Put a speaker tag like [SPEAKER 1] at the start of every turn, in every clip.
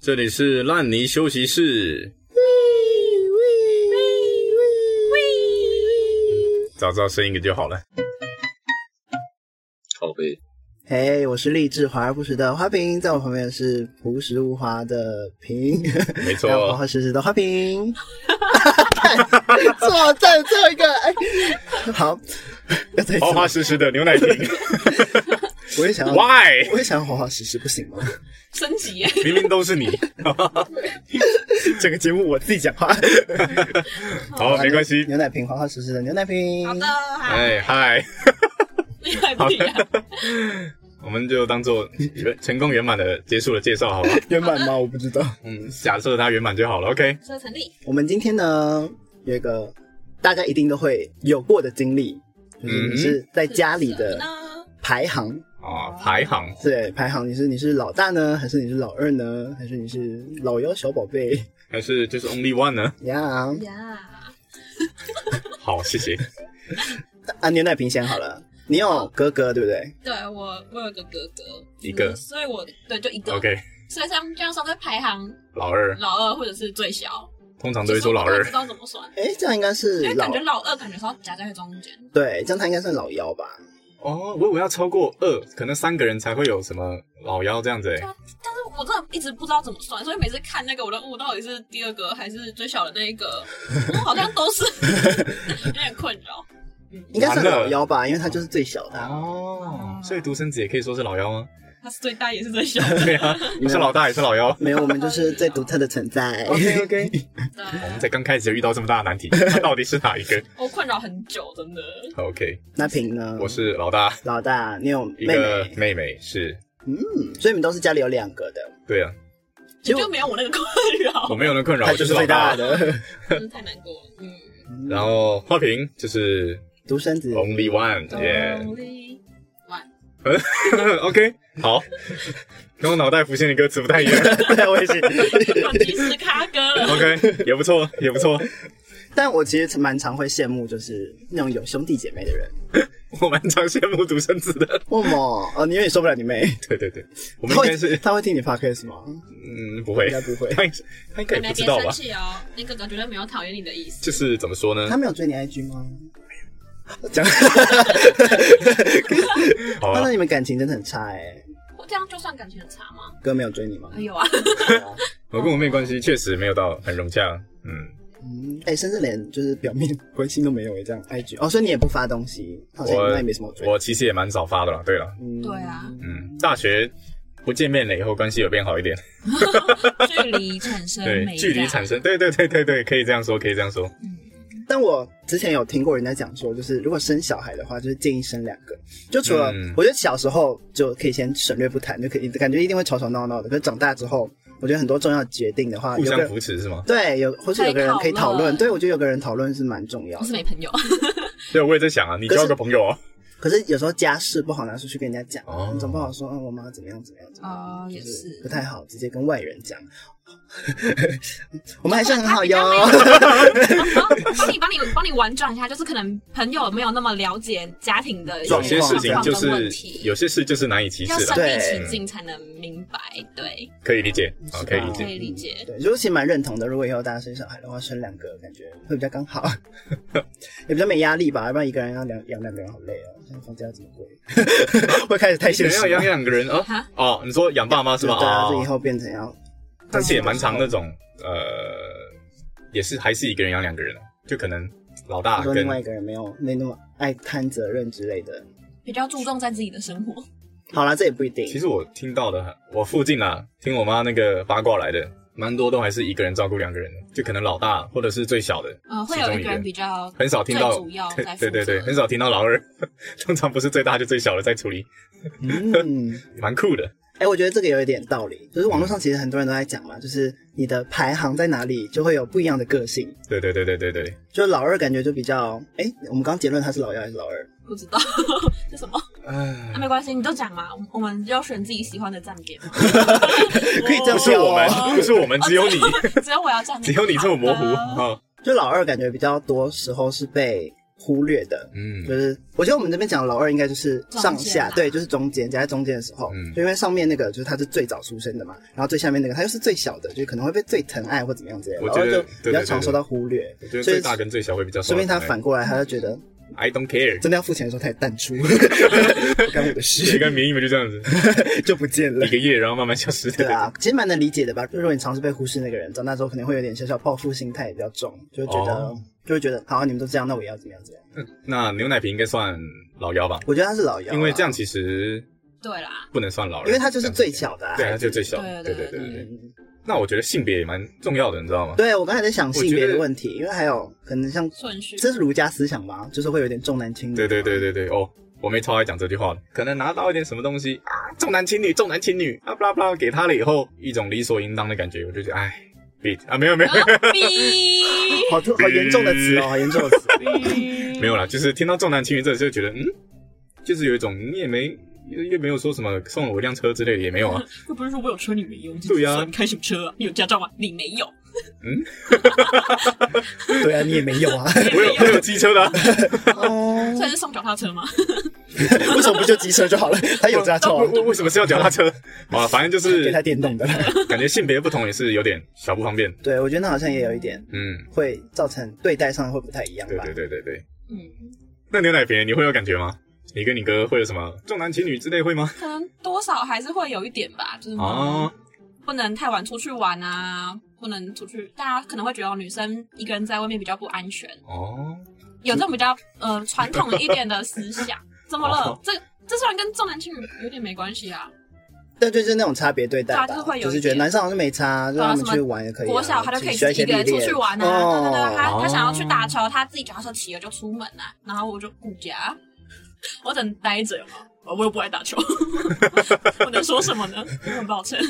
[SPEAKER 1] 这里是烂泥休息室。找找声音就好了。
[SPEAKER 2] 靠背，
[SPEAKER 3] 嘿我是励志华而不实的花瓶，在我旁边是朴实无华的瓶，
[SPEAKER 1] 没错
[SPEAKER 3] 还有花花实实的花 瓶。错，再最后一个，哎，好，要再一 次
[SPEAKER 1] 花
[SPEAKER 3] 吗
[SPEAKER 1] 花实实的牛 奶瓶
[SPEAKER 3] 我也想要，
[SPEAKER 1] ，Why？
[SPEAKER 3] 我也想要花花实实，不行吗？
[SPEAKER 4] 升级耶！
[SPEAKER 1] 明明都是 你。
[SPEAKER 3] 整个节目我自己讲话，
[SPEAKER 1] 好，没关系。
[SPEAKER 3] 牛奶瓶，花花实实的牛奶瓶。
[SPEAKER 4] 好的，
[SPEAKER 1] 哎，嗨，
[SPEAKER 4] 厉害不厉害？
[SPEAKER 1] 我们就当做成功圆满的结束了介绍， 好吧？
[SPEAKER 3] 圆满吗？我不知道。
[SPEAKER 1] 嗯，假设它圆满就好了。OK，
[SPEAKER 4] 说成立，
[SPEAKER 3] 我们今天呢，有一个大家一定都会有过的经历，就是你是在家里的
[SPEAKER 4] 呢？
[SPEAKER 3] 排行，
[SPEAKER 1] 啊，排行
[SPEAKER 3] 对，排行你是你是老大呢，还是你是老二呢，还是你是老幺小宝贝
[SPEAKER 1] 还是就是 Only One 呢？
[SPEAKER 3] 呀？
[SPEAKER 4] 嗯呀，
[SPEAKER 1] 好，谢谢。
[SPEAKER 3] 啊，牛奶瓶先好了，你有哥哥对不对？
[SPEAKER 4] 对我，我有个哥哥，
[SPEAKER 1] 一个
[SPEAKER 4] 所以我对就一 个
[SPEAKER 1] OK，
[SPEAKER 4] 所以像就像上在排行
[SPEAKER 1] 老二
[SPEAKER 4] 老二或者是最小，
[SPEAKER 1] 通常
[SPEAKER 4] 我
[SPEAKER 1] 都会说老二
[SPEAKER 4] 不知。道怎么算，
[SPEAKER 3] 哎，这样应该
[SPEAKER 4] 因
[SPEAKER 3] 是
[SPEAKER 4] 为
[SPEAKER 3] 老
[SPEAKER 4] 感觉老二感觉是要夹在中间，
[SPEAKER 3] 对，这样他应该算老幺吧？
[SPEAKER 1] 哦，我以为要超过二，可能三个人才会有什么老幺这样子诶。
[SPEAKER 4] 但是我真的一直不知道怎么算，所以每次看那个我都悟到底是第二个还是最小的那一个，我好像都是有点困扰。
[SPEAKER 3] 应该算
[SPEAKER 1] 完了
[SPEAKER 3] 老幺吧，因为他就是最小的 啊。
[SPEAKER 1] 哎哦，所以独生子也可以说是老幺吗？
[SPEAKER 4] 他是最大也是最小
[SPEAKER 1] 对啊，我是老大也是老幺。
[SPEAKER 3] 没有，我们就是最独特的存在。
[SPEAKER 1] OK OK，我们
[SPEAKER 4] 的，
[SPEAKER 1] 才刚开始就遇到这么大的 难题，他到底是哪一个
[SPEAKER 4] 我困扰很久，真的。
[SPEAKER 1] ？OK，
[SPEAKER 3] 那平呢？
[SPEAKER 1] 我是老大，
[SPEAKER 3] 老大，你有
[SPEAKER 1] 一
[SPEAKER 3] 妹
[SPEAKER 1] 个
[SPEAKER 3] 妹，嗯
[SPEAKER 1] 妹妹是，
[SPEAKER 3] 所以你们都是家里有两个的。
[SPEAKER 1] 对啊，
[SPEAKER 3] 其
[SPEAKER 4] 你
[SPEAKER 3] 实
[SPEAKER 4] 就没有我那个困扰，
[SPEAKER 1] 我没有人困扰，
[SPEAKER 3] 他
[SPEAKER 1] 我
[SPEAKER 3] 就是
[SPEAKER 1] 老
[SPEAKER 3] 最
[SPEAKER 1] 大
[SPEAKER 3] 大。的
[SPEAKER 4] 真的太难过了。嗯，
[SPEAKER 1] 然后花瓶就是
[SPEAKER 3] 独生子。
[SPEAKER 1] Only One，耶
[SPEAKER 4] One，
[SPEAKER 1] ，OK，好，跟我脑袋浮现的歌词不太一样
[SPEAKER 3] 对，我也是。
[SPEAKER 4] 我提示咖哥了。
[SPEAKER 1] ，OK，也不错，也不错，
[SPEAKER 3] 但我其实蛮常会羡慕，就是那种有兄弟姐妹的人。
[SPEAKER 1] 我蛮常羡慕独生子的，
[SPEAKER 3] 为什 么？哦，你永远受不了你妹。
[SPEAKER 1] 对对对，我们
[SPEAKER 3] 他
[SPEAKER 1] 应该
[SPEAKER 3] 会
[SPEAKER 1] 是，
[SPEAKER 3] 他会听你 podcast 吗？
[SPEAKER 1] 嗯，不会，
[SPEAKER 3] 应该不会
[SPEAKER 1] 他应他应该也不知
[SPEAKER 4] 别
[SPEAKER 1] 道
[SPEAKER 4] 生
[SPEAKER 1] 吧？
[SPEAKER 4] 气哦，那个哥绝对没有讨厌你的意思。
[SPEAKER 1] 就是怎么说呢
[SPEAKER 3] 他？没有追你 IG 吗？ 讲，
[SPEAKER 1] 好
[SPEAKER 3] 那
[SPEAKER 1] 啊，
[SPEAKER 3] 你们感情真的很差哎。
[SPEAKER 4] 我这样就算感情很差吗？
[SPEAKER 3] 哥没有追你吗？
[SPEAKER 4] 有 啊，
[SPEAKER 1] 我跟我妹关系确实没有到很融洽，嗯。
[SPEAKER 3] 嗯，哎，甚至连就是表面 关心都没有哎，这样 IG 哦，所以你也不发东西，好像那也没什么好追。
[SPEAKER 1] 我其实也蛮少发的啦。对了，
[SPEAKER 3] 嗯
[SPEAKER 4] 对啊，
[SPEAKER 1] 嗯，大学不见面了以后，关系有变好一点。
[SPEAKER 4] 距离产生
[SPEAKER 1] 对，
[SPEAKER 4] 嗯美，
[SPEAKER 1] 距离产生，对对对对对，可以这样说，可以这样说。
[SPEAKER 3] 但我之前有听过人家讲说，就是如果生小孩的话，就是建议生两个。就除了、
[SPEAKER 1] 嗯
[SPEAKER 3] 我觉得小时候就可以先省略不谈，就可以感觉一定会吵吵闹闹的。可是长大之后，我觉得很多重要的决定的话，
[SPEAKER 1] 互
[SPEAKER 3] 有
[SPEAKER 1] 相
[SPEAKER 3] 个
[SPEAKER 1] 扶持是吗？
[SPEAKER 3] 对啊有或是有个人可以讨
[SPEAKER 4] 可以讨
[SPEAKER 3] 论。
[SPEAKER 4] 论
[SPEAKER 3] 对我觉得有个人讨论是蛮重要
[SPEAKER 4] 不是
[SPEAKER 3] 的。
[SPEAKER 4] 没朋友，
[SPEAKER 1] 对，我也在想啊，你交个朋友啊。
[SPEAKER 3] 可是有时候家事不好拿出去跟人家讲，
[SPEAKER 1] 哦
[SPEAKER 3] 你总不好说嗯我妈怎么样怎么样怎么样，
[SPEAKER 4] 哦也
[SPEAKER 3] 就是不太好直接跟外人讲。 我们还是很好哟。
[SPEAKER 4] 帮你帮你帮你婉转一下，就是可能朋友没有那么了解家庭的
[SPEAKER 1] 有些事情
[SPEAKER 4] 状况
[SPEAKER 1] 就
[SPEAKER 4] 跟问
[SPEAKER 1] 是
[SPEAKER 4] 题
[SPEAKER 1] 有些事就是难以启
[SPEAKER 4] 要
[SPEAKER 1] 齿
[SPEAKER 4] 身
[SPEAKER 1] 的，
[SPEAKER 4] 临
[SPEAKER 3] 对
[SPEAKER 4] 其境才能明白，对，
[SPEAKER 1] 可以理解，啊，可以理
[SPEAKER 4] 可
[SPEAKER 1] 解。
[SPEAKER 4] 以理解。
[SPEAKER 3] 对，就是其实蛮认同的。如果以后大家生小孩的话，生两个感觉会比较刚好，也比较没压力吧。要不然一个人要两养两个人好累哦，现在房价这么贵，会开始太现
[SPEAKER 1] 想
[SPEAKER 3] 实
[SPEAKER 1] 要
[SPEAKER 3] 了。
[SPEAKER 1] 养两个人啊
[SPEAKER 4] 哈？
[SPEAKER 1] 哦，你说养爸妈是吧？
[SPEAKER 3] 对啊，
[SPEAKER 1] 哦
[SPEAKER 3] 就以后变成要
[SPEAKER 1] 但是也蛮常那种呃，也是还是一个人养两个人啊，就可能老大
[SPEAKER 3] 说
[SPEAKER 1] 跟
[SPEAKER 3] 另外一个人没有没那么爱摊责任之类的。
[SPEAKER 4] 比较注重在自己的生活，
[SPEAKER 3] 好啦，这也不一定。
[SPEAKER 1] 其实我听到的，我附近啊，听我妈那个八卦来的，蛮多都还是一个人照顾两个人的，就可能老大或者是最小的，
[SPEAKER 4] 呃，会
[SPEAKER 1] 其
[SPEAKER 4] 有
[SPEAKER 1] 中
[SPEAKER 4] 一个人
[SPEAKER 1] 个
[SPEAKER 4] 比较
[SPEAKER 1] 很少听到
[SPEAKER 4] 最主要在负责
[SPEAKER 1] 对，对对对，很少听到老二， 通常不是最大就最小的在处理，
[SPEAKER 3] 嗯，
[SPEAKER 1] 蛮酷的。
[SPEAKER 3] 哎、我觉得这个有一点道理，就是网络上其实很多人都在讲嘛，就是你的排行在哪里，就会有不一样的个性。
[SPEAKER 1] 对对对对对对，
[SPEAKER 3] 就老二感觉就比较，哎、我们刚结论他是老幺还是老二？
[SPEAKER 4] 不知道 是什么，
[SPEAKER 1] 唉
[SPEAKER 4] 那、 没关系，你就讲嘛，我们我们就选自己喜欢的站点嘛。
[SPEAKER 3] 可以这样
[SPEAKER 1] 不是
[SPEAKER 3] 笑
[SPEAKER 1] 我
[SPEAKER 3] 哦
[SPEAKER 1] 们，不是我们，只有 你，
[SPEAKER 4] 只有我要站，
[SPEAKER 1] 只有你这么模糊
[SPEAKER 4] 哦好的
[SPEAKER 1] 啊！
[SPEAKER 3] 就老二感觉比较多时候是被忽略的。
[SPEAKER 1] 嗯
[SPEAKER 3] 就是我觉得我们这边讲老二应该就是上
[SPEAKER 4] 中间啊
[SPEAKER 3] 下
[SPEAKER 4] 啦，
[SPEAKER 3] 对，就是中间夹在中间的时候，
[SPEAKER 1] 嗯
[SPEAKER 3] 就因为上面那个就是他是最早出生的嘛，然后最下面那个他又是最小的，就是可能会被最疼爱或怎么样之类的，
[SPEAKER 1] 我
[SPEAKER 3] 然
[SPEAKER 1] 觉得
[SPEAKER 3] 后就比
[SPEAKER 1] 对对
[SPEAKER 3] 较
[SPEAKER 1] 对
[SPEAKER 3] 常受到忽略，
[SPEAKER 1] 我觉得
[SPEAKER 3] 所以
[SPEAKER 1] 最大跟最小会比较少。哎
[SPEAKER 3] 说不定他反过来他就觉得
[SPEAKER 1] I don't care，
[SPEAKER 3] 真的要付钱的时候他也淡 出，不干我的
[SPEAKER 1] 一
[SPEAKER 3] 事
[SPEAKER 1] 个名义嘛就这样 子，
[SPEAKER 3] 就不见了
[SPEAKER 1] 一。个月然后慢慢消失。
[SPEAKER 3] 对啊，其实蛮能理解的吧。就如果你尝试被忽视那个人，长大之后可能会有点小小报复心态也比较重，就会觉得、
[SPEAKER 1] 哦
[SPEAKER 3] 就会觉得，好，你们都这样，那我也要怎么样怎么样。
[SPEAKER 1] 对对对。那牛奶瓶应该算老幺吧？
[SPEAKER 3] 我觉得他是老幺啊，
[SPEAKER 1] 因为这样其实
[SPEAKER 4] 对啦，
[SPEAKER 1] 不能算老人，
[SPEAKER 3] 因为他就是最
[SPEAKER 1] 小，
[SPEAKER 3] 小的、啊，
[SPEAKER 1] 对，他就最小。
[SPEAKER 4] 对
[SPEAKER 1] 对
[SPEAKER 4] 对
[SPEAKER 1] 对对
[SPEAKER 4] 对
[SPEAKER 1] 对。
[SPEAKER 3] 嗯
[SPEAKER 1] 那我觉得性别也蛮重要的，你知道吗？
[SPEAKER 3] 对，我刚才在想性别
[SPEAKER 1] 我觉
[SPEAKER 3] 的
[SPEAKER 1] 得
[SPEAKER 3] 问题，因为还有可能像
[SPEAKER 4] 顺序
[SPEAKER 3] 这是儒家思想嘛，就是会有点重男轻女。
[SPEAKER 1] 对对对。对对，哦，我妹超爱讲这句话的，可能拿到一点什么东西啊，重男轻女，重男轻女啊，不啦不啦，给她了以后，一种理所应当的感觉，我就觉得哎，bit 啊，没有没有、
[SPEAKER 4] 呃 B
[SPEAKER 3] 好突好严重的词哦，
[SPEAKER 1] 嗯
[SPEAKER 3] 好严重 的词。
[SPEAKER 1] 没 有啦，就是听到重男轻女这就觉得嗯，就是有一种嗯你也没又又没有说什么送了我一辆车之类的也没有啊，
[SPEAKER 4] 又不是说我有车你没有，
[SPEAKER 1] 对呀
[SPEAKER 4] 你开什么车啊？你有驾照吗？你没有，
[SPEAKER 3] 对啊，你也没有啊。
[SPEAKER 1] 我有我有机车的、啊，
[SPEAKER 3] 哦，
[SPEAKER 4] 算是送脚踏车吗？
[SPEAKER 3] 为什么不就机车就好了？他有驾照啊
[SPEAKER 1] 为，为为什么是要脚踏车？啊，反正就
[SPEAKER 3] 给他
[SPEAKER 1] 是
[SPEAKER 3] 电动的。
[SPEAKER 1] 感觉性别不同也是有点小不方便，
[SPEAKER 3] 对，我觉得那好像也有一点
[SPEAKER 1] 嗯，
[SPEAKER 3] 会造成对待上会不太一样
[SPEAKER 1] 对
[SPEAKER 3] 吧
[SPEAKER 1] 对。对对对。
[SPEAKER 4] 嗯，
[SPEAKER 1] 那牛奶瓶你会有感觉吗？你跟你哥会有什么重男轻女之类会吗？
[SPEAKER 4] 可能多少还是会有一点吧，就是
[SPEAKER 1] 啊，
[SPEAKER 4] 不能太晚出去玩啊，不能出去，大家可能会觉得女生一个人在外面比较不安全，
[SPEAKER 1] 哦，
[SPEAKER 4] 有这种比较呃传统一点的思想。怎么了
[SPEAKER 1] 哦？
[SPEAKER 4] 这这虽然跟重男轻女有点没关系啊，
[SPEAKER 3] 但就是那种差别对待吧
[SPEAKER 4] 对啊就是会，有
[SPEAKER 3] 就
[SPEAKER 4] 一
[SPEAKER 3] 是觉得男生好像没差，就让
[SPEAKER 4] 啊
[SPEAKER 3] 他
[SPEAKER 4] 什
[SPEAKER 3] 们
[SPEAKER 4] 么
[SPEAKER 3] 去玩也可以啊。
[SPEAKER 4] 国小他就可以
[SPEAKER 3] 只
[SPEAKER 4] 自
[SPEAKER 3] 需要一些
[SPEAKER 4] 己一个人
[SPEAKER 3] 历
[SPEAKER 4] 出
[SPEAKER 3] 练
[SPEAKER 4] 去玩啊，对对对，
[SPEAKER 3] 哦，
[SPEAKER 4] 他他想要去打球，他自己脚踏车骑了就出门啊，然后我就顾家，我只能待着嘛，我又不爱打球， 我能说什么呢？很抱歉。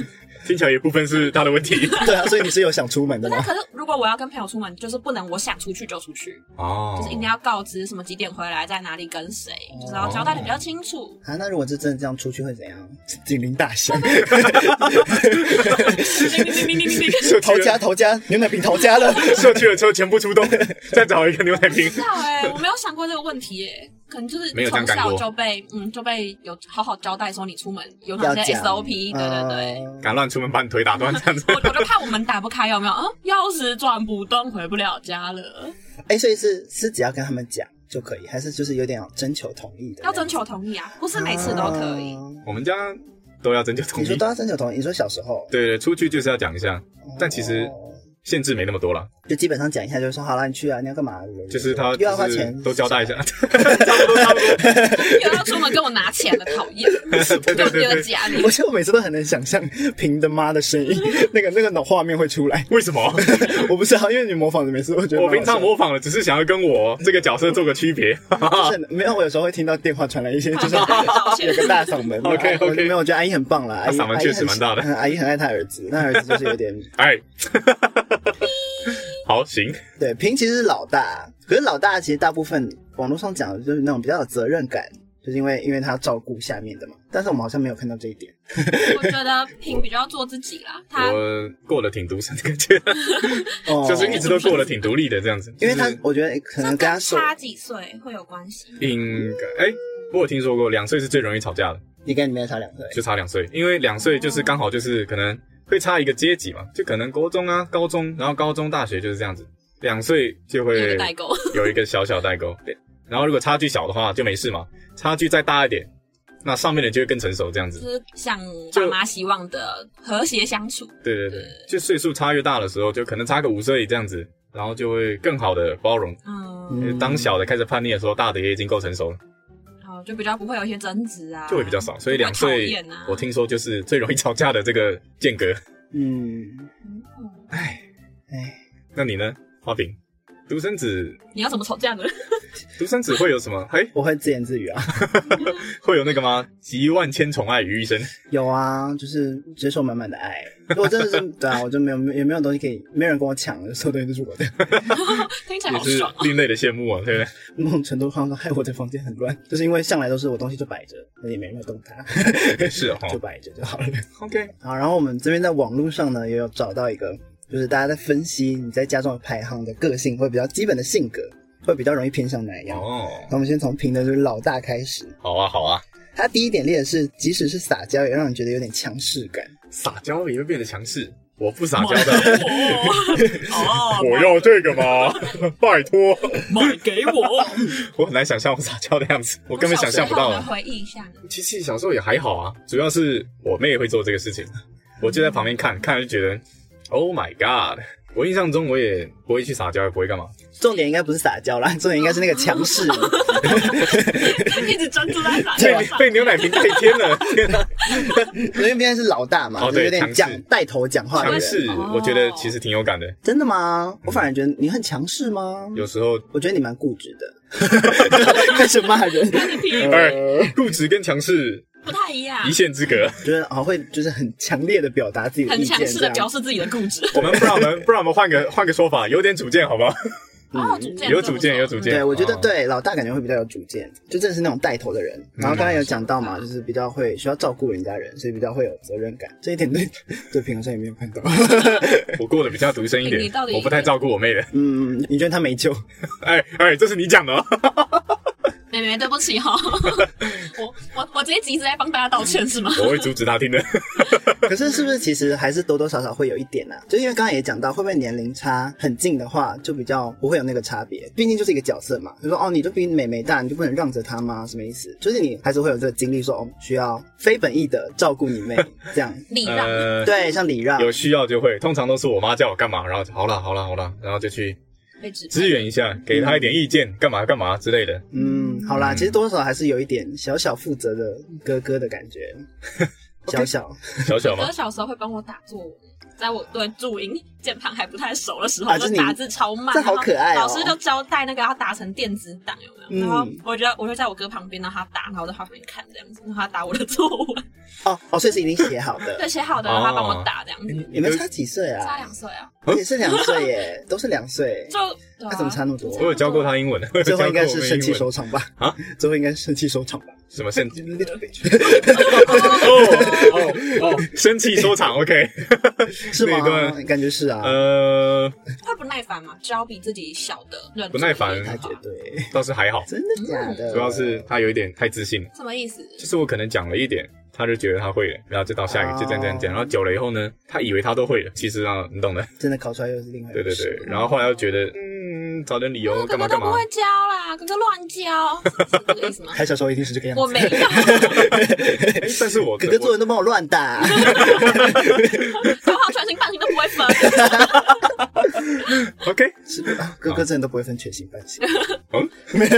[SPEAKER 1] 听起来有部分是他的问题
[SPEAKER 3] 对啊，所以你是有想出门的
[SPEAKER 4] 那
[SPEAKER 3] 吗？
[SPEAKER 4] 可是如果我要跟朋友出门，就是不能我想出去就出去，
[SPEAKER 1] 哦
[SPEAKER 4] 就是一定要告知什么几点回来，在哪里跟谁，就是要交代的比较清楚。
[SPEAKER 3] 啊，那如果是真的这样出去会 怎样？警铃大响，
[SPEAKER 4] 叮叮叮叮叮叮
[SPEAKER 1] 社区
[SPEAKER 3] 逃 家逃家，牛奶瓶逃家 了。
[SPEAKER 1] 社区的车全部出动， 再找一个牛奶瓶。
[SPEAKER 4] 不知道哎、我没有想过这个问题哎、可能就是
[SPEAKER 1] 没有这样
[SPEAKER 4] 从
[SPEAKER 1] 干过
[SPEAKER 4] 小就被嗯就被有好好交代说你出门有哪
[SPEAKER 3] 要
[SPEAKER 4] 些
[SPEAKER 3] 讲
[SPEAKER 4] SOP，对对对。
[SPEAKER 3] 嗯
[SPEAKER 1] 敢乱出门把你腿打断这样子
[SPEAKER 4] 我我就怕我们打不开，有没有？嗯，钥匙转不动，回不了家了，
[SPEAKER 3] 哎、所以是是只要跟他们讲就可以，还是就是有点征求同意的那样？
[SPEAKER 4] 要征求同意啊，不是每次都可以。
[SPEAKER 3] 啊
[SPEAKER 1] 我们家都要征求同
[SPEAKER 3] 你
[SPEAKER 1] 意
[SPEAKER 3] 说。都要征求同意，你说小时候，
[SPEAKER 1] 对对，出去就是要讲一下，但其实
[SPEAKER 3] 哦
[SPEAKER 1] 限制没那么多啦，
[SPEAKER 3] 就基本上讲一下，就是说好了，你去啊，你要干嘛？
[SPEAKER 1] 就是他
[SPEAKER 3] 又要花
[SPEAKER 1] 就是
[SPEAKER 3] 钱，
[SPEAKER 1] 都交代一下， 差不多差不多。
[SPEAKER 4] 又要出门跟我拿钱了，讨厌！
[SPEAKER 1] 对对
[SPEAKER 4] 又
[SPEAKER 1] 对
[SPEAKER 4] 丢
[SPEAKER 1] 对，
[SPEAKER 4] 家里，
[SPEAKER 3] 我觉得我每次都很能想象平的妈的声音，那个那个脑画面会出来。
[SPEAKER 1] 为什 么？
[SPEAKER 3] 我不知道，因为你模仿的每次我觉得
[SPEAKER 1] 我
[SPEAKER 3] 蛮好
[SPEAKER 1] 平常
[SPEAKER 3] 笑的
[SPEAKER 1] 模仿了，只是想要跟我这个角色做个区 别。
[SPEAKER 3] 就是没有，我有时候会听到电话传来一些 就是
[SPEAKER 4] 道歉
[SPEAKER 3] 有个大嗓门。
[SPEAKER 1] OK，OK
[SPEAKER 3] 我没有，我觉得阿姨很棒啦，阿姨
[SPEAKER 1] 她嗓门
[SPEAKER 3] 阿姨
[SPEAKER 1] 确实
[SPEAKER 3] 很
[SPEAKER 1] 蛮大的
[SPEAKER 3] 嗯阿姨很爱她儿子，那儿子就是有点
[SPEAKER 1] 哎， 好行，
[SPEAKER 3] 对，平其实是老大，可是老大其实大部分网络上讲的就是那种比较有责任感，就是因为因为他要照顾下面的嘛。但是我们好像没有看到这一点，
[SPEAKER 4] 我觉得平比较做自己啦。他
[SPEAKER 1] 我过得挺独身的感觉，
[SPEAKER 3] 哦
[SPEAKER 1] 就是一直都过得挺独立的这样子。
[SPEAKER 3] 因为他
[SPEAKER 1] 就是，
[SPEAKER 3] 我觉得可
[SPEAKER 4] 这
[SPEAKER 3] 能
[SPEAKER 4] 跟
[SPEAKER 3] 跟他说，
[SPEAKER 4] 差几岁会有关系。
[SPEAKER 1] 应该哎，我有听说过，两岁是最容易吵架的，
[SPEAKER 3] 你跟你妹差两岁，
[SPEAKER 1] 就差两岁，因为两岁就是刚好就是可能会差一个阶级嘛，就可能国中啊、高中，然后高中、大学就是这样子，两岁就
[SPEAKER 4] 有
[SPEAKER 1] 会
[SPEAKER 4] 个代沟，
[SPEAKER 1] 有一个小小代沟。对，然后如果差距小的话就没事嘛，差距再大一点，那上面的就会更成熟这样
[SPEAKER 4] 就
[SPEAKER 1] 子。
[SPEAKER 4] 是像
[SPEAKER 1] 就
[SPEAKER 4] 爸妈希望的和谐相处。
[SPEAKER 1] 对对对，就岁数差越大的时候，就可能差个五岁这样子，然后就会更好的包容。
[SPEAKER 4] 嗯，
[SPEAKER 3] 嗯
[SPEAKER 1] 当小的开始叛逆的时候，大的也已经够成熟了，
[SPEAKER 4] 然后就比较不会有一些争执啊，
[SPEAKER 1] 就会比较少。所以两
[SPEAKER 4] 不会讨
[SPEAKER 1] 岁
[SPEAKER 4] 厌啊，
[SPEAKER 1] 我听说就是最容易吵架的这个间隔。
[SPEAKER 3] 嗯，
[SPEAKER 4] 嗯
[SPEAKER 3] 哎，
[SPEAKER 1] 那你呢，花瓶？独生子，
[SPEAKER 4] 你要怎么吵架呢？
[SPEAKER 1] 独生子会有什么？ 嘿，
[SPEAKER 3] 我会自言自语啊，
[SPEAKER 1] 会有那个吗？集万千宠爱于一身。
[SPEAKER 3] 有啊，就是接受满满的爱。我真的是对啊，我就没有也没有东西可以，没有人跟我抢，所有东西都是我的。
[SPEAKER 4] 听起来
[SPEAKER 1] 也
[SPEAKER 4] 好
[SPEAKER 1] 是
[SPEAKER 4] 爽。
[SPEAKER 1] 另类的羡慕啊，对不对？
[SPEAKER 3] 某种程度上说，害我的房间很乱， 就是因为向来都是我东西就摆着，那也没人要动它，
[SPEAKER 1] 也 是哦
[SPEAKER 3] 就摆着就好了。
[SPEAKER 1] OK，
[SPEAKER 3] 好，然后我们这边在网络上呢，也有找到一个，就是大家在分析你在家中的排行的个性或者比较基本的性格。会比较容易偏向哪一样。
[SPEAKER 1] 哦，
[SPEAKER 3] 那我们先从平的就是老大开始，
[SPEAKER 1] 好啊，好啊，
[SPEAKER 3] 他第一点列的是，即使是撒娇，也让人觉得有点强势感。
[SPEAKER 1] 撒娇也会变得强势。我不撒
[SPEAKER 4] 妈
[SPEAKER 1] 娇的，
[SPEAKER 4] 哦，
[SPEAKER 1] 我要这个吗？ 拜托，
[SPEAKER 4] 买给我，
[SPEAKER 1] 我很难想象我撒娇的样子，我
[SPEAKER 4] 我
[SPEAKER 1] 根本想象不到
[SPEAKER 4] 小时候
[SPEAKER 1] 啊
[SPEAKER 4] 有。回忆一下 呢，
[SPEAKER 1] 其实小时候也还好啊，主要是我妹会做这个事情，我就在旁边看看就觉得，Oh my god！我印象中我也不会去撒娇，也不会干嘛，
[SPEAKER 3] 重点应该不是撒娇啦， 重点应该是那个 强势。
[SPEAKER 4] 一直专注在撒
[SPEAKER 1] 被
[SPEAKER 4] 娇上。
[SPEAKER 1] 被牛奶瓶带偏了，天哪！
[SPEAKER 3] 因为毕竟是老大嘛，
[SPEAKER 1] 哦
[SPEAKER 3] 就是有
[SPEAKER 1] 对
[SPEAKER 3] 点
[SPEAKER 1] 强势
[SPEAKER 3] 讲带头讲话的
[SPEAKER 1] 强
[SPEAKER 3] 人。
[SPEAKER 1] 势，
[SPEAKER 4] 哦
[SPEAKER 1] 我觉得其实挺有感的，
[SPEAKER 3] 真的吗？我反而觉得你很强势吗？
[SPEAKER 1] 有时候
[SPEAKER 3] 我觉得你蛮固执的， 开始骂人。
[SPEAKER 1] 哎固执跟强势
[SPEAKER 4] 不太一样
[SPEAKER 1] 一，线之隔。
[SPEAKER 3] 觉得好会就是很强烈的表达自己的
[SPEAKER 4] 很
[SPEAKER 3] 意见，
[SPEAKER 4] 强势
[SPEAKER 3] 这
[SPEAKER 4] 的
[SPEAKER 3] 样
[SPEAKER 4] 表示自己的固执。
[SPEAKER 1] 我们不然我们不然我们换个换个说法，有点主见好不 好？
[SPEAKER 4] 哦，主
[SPEAKER 1] 嗯
[SPEAKER 4] 见
[SPEAKER 1] 有主见有主见
[SPEAKER 3] 对，我觉得
[SPEAKER 1] 哦
[SPEAKER 3] 对老大感觉会比较有主见，就真的是那种带头的人。然后刚才有讲到嘛，就是比较会需要照顾人家人，所以比较会有责任感。这一点对 对平衡上也没有看到。
[SPEAKER 1] 我过得比较独身一
[SPEAKER 4] 哎你
[SPEAKER 1] 点
[SPEAKER 4] 到，底
[SPEAKER 1] 我不太照顾我妹的。
[SPEAKER 3] 嗯，你觉得他没救？
[SPEAKER 1] 哎哎，这是你讲的哦，
[SPEAKER 4] 妹妹，对不起 哈、我我我这一集一直在帮大家道歉是吗？
[SPEAKER 1] 我会阻止她听的。
[SPEAKER 3] 可是是不是其实还是多多少少会有一点啊？就因为刚才也讲到，会不会年龄差很近的话，就比较不会有那个差别，毕竟就是一个角色嘛。就说哦，你就比美美大，你就不能让着她吗？什么意思？就是你还是会有这个经历说，哦，需要非本意的照顾你妹 这样。
[SPEAKER 4] 礼让、
[SPEAKER 1] 呃，
[SPEAKER 3] 对，像礼让，
[SPEAKER 1] 有需要就会，通常都是我妈叫我干嘛，然后就好啦好啦好啦，然后就去
[SPEAKER 4] 被指
[SPEAKER 1] 支援一下，给她一点意见，干嘛干嘛之类的。
[SPEAKER 3] 嗯，好啦，
[SPEAKER 1] 嗯
[SPEAKER 3] 其实多少还是有一点小小负责的哥哥的感 觉，小小
[SPEAKER 1] 小小
[SPEAKER 4] 我
[SPEAKER 1] 嘛
[SPEAKER 4] 哥，小时候会帮我打坐，在我对注音键盘还不太熟的时候，
[SPEAKER 3] 啊
[SPEAKER 4] 就
[SPEAKER 3] 这你
[SPEAKER 4] 打字超慢，
[SPEAKER 3] 这好可爱哦
[SPEAKER 4] 然后老师就交代那个要打成电子档，有没
[SPEAKER 3] 嗯
[SPEAKER 4] 有？然后我觉得我就在我哥旁边，然后他打，然后我在旁边看这样子，然后他打我的作文，
[SPEAKER 3] 哦哦，所以是已经写好的。
[SPEAKER 4] 对，写好的，
[SPEAKER 1] 哦
[SPEAKER 4] 然后他帮我打这样子。
[SPEAKER 3] 你们差几岁
[SPEAKER 4] 差
[SPEAKER 3] 啊？
[SPEAKER 4] 两岁啊，
[SPEAKER 3] 也是两岁耶，都是两岁。
[SPEAKER 4] 就对
[SPEAKER 3] 那怎么差
[SPEAKER 4] 啊，
[SPEAKER 3] 那么多？
[SPEAKER 1] 我有教过她英文， 我有
[SPEAKER 3] 最
[SPEAKER 1] 教
[SPEAKER 3] 后
[SPEAKER 1] 过
[SPEAKER 3] 应该是生气
[SPEAKER 1] 我妹英文
[SPEAKER 3] 收场吧？
[SPEAKER 1] 啊，
[SPEAKER 3] 最后应该是生气收场吧
[SPEAKER 1] 什么生气？
[SPEAKER 3] ？Little bitch，
[SPEAKER 1] 哦哦哦，生气收 场，OK。
[SPEAKER 3] 是
[SPEAKER 1] 那一
[SPEAKER 3] 吗？
[SPEAKER 1] 段
[SPEAKER 3] 感觉是啊，
[SPEAKER 1] 呃，
[SPEAKER 4] 会不耐烦嘛？教比自己小的人
[SPEAKER 1] 不耐烦
[SPEAKER 4] 注意
[SPEAKER 3] 他
[SPEAKER 4] 的
[SPEAKER 3] 绝
[SPEAKER 4] 话
[SPEAKER 3] 对，
[SPEAKER 1] 倒是还好
[SPEAKER 3] 真的假 的？
[SPEAKER 1] 主要是她有一点太自信了。
[SPEAKER 4] 什么意思？
[SPEAKER 1] 就是我可能讲了一点，他就觉得他会了，然后就到下一
[SPEAKER 3] 哦
[SPEAKER 1] 个就这样这样讲，然后久了以后呢，他以为他都会了，其实啊，你懂的，
[SPEAKER 3] 真的考出来又是另外一
[SPEAKER 1] 对
[SPEAKER 3] 回
[SPEAKER 1] 对
[SPEAKER 3] 事。
[SPEAKER 1] 对，然后后来又觉得，嗯，找点理由
[SPEAKER 4] 哥
[SPEAKER 1] 干
[SPEAKER 4] 哦哥
[SPEAKER 1] 嘛
[SPEAKER 4] 都
[SPEAKER 1] 干
[SPEAKER 4] 不
[SPEAKER 1] 嘛
[SPEAKER 4] 会，教啦，哥哥乱教， 是这个意思吗？
[SPEAKER 3] 他小时候一定是这个样
[SPEAKER 4] 我
[SPEAKER 3] 子。
[SPEAKER 4] 没 有，
[SPEAKER 1] 哎但是我
[SPEAKER 3] 哥哥作
[SPEAKER 1] 我
[SPEAKER 3] 文都帮我乱 打，
[SPEAKER 4] 搞不好全心半心都不会分。
[SPEAKER 1] OK，
[SPEAKER 3] 是吧哥哥真的都不会分全心 半心。
[SPEAKER 1] 嗯，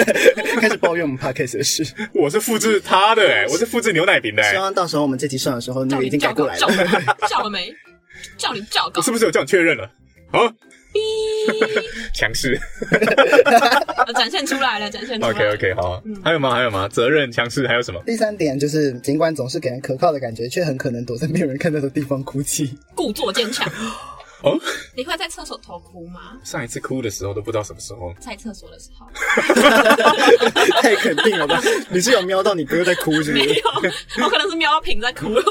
[SPEAKER 3] 开始抱怨我们 podcast 的事。
[SPEAKER 1] 我是复制他的哎，我是复制牛奶瓶的
[SPEAKER 3] 希
[SPEAKER 1] 哎，
[SPEAKER 3] 望到时候我们这集上的时候，那
[SPEAKER 4] 叫
[SPEAKER 3] 个
[SPEAKER 4] 你
[SPEAKER 3] 已经改过来了。
[SPEAKER 4] 叫叫了没？叫你叫
[SPEAKER 1] 我
[SPEAKER 4] 稿
[SPEAKER 1] 是不是有叫你确认了？啊，
[SPEAKER 4] 逼，
[SPEAKER 1] 强势
[SPEAKER 4] 呃展现出来了，展现出来了。
[SPEAKER 1] ，OK OK，好，还有吗？还有吗？责任强势还有什么？
[SPEAKER 3] 第三点就是，尽管总是给人可靠的感觉，却很可能躲在没有人看到的地方哭泣。
[SPEAKER 4] 故作坚强。
[SPEAKER 1] 哦，
[SPEAKER 4] 你会在厕所偷哭吗？
[SPEAKER 1] 上一次哭的时候都不知道什么时候，
[SPEAKER 4] 在厕所的时候
[SPEAKER 3] 太肯定了吧？你是有瞄到你哥在哭是不
[SPEAKER 4] 没
[SPEAKER 3] 是？
[SPEAKER 4] 有，我可能是瞄到瓶在哭了。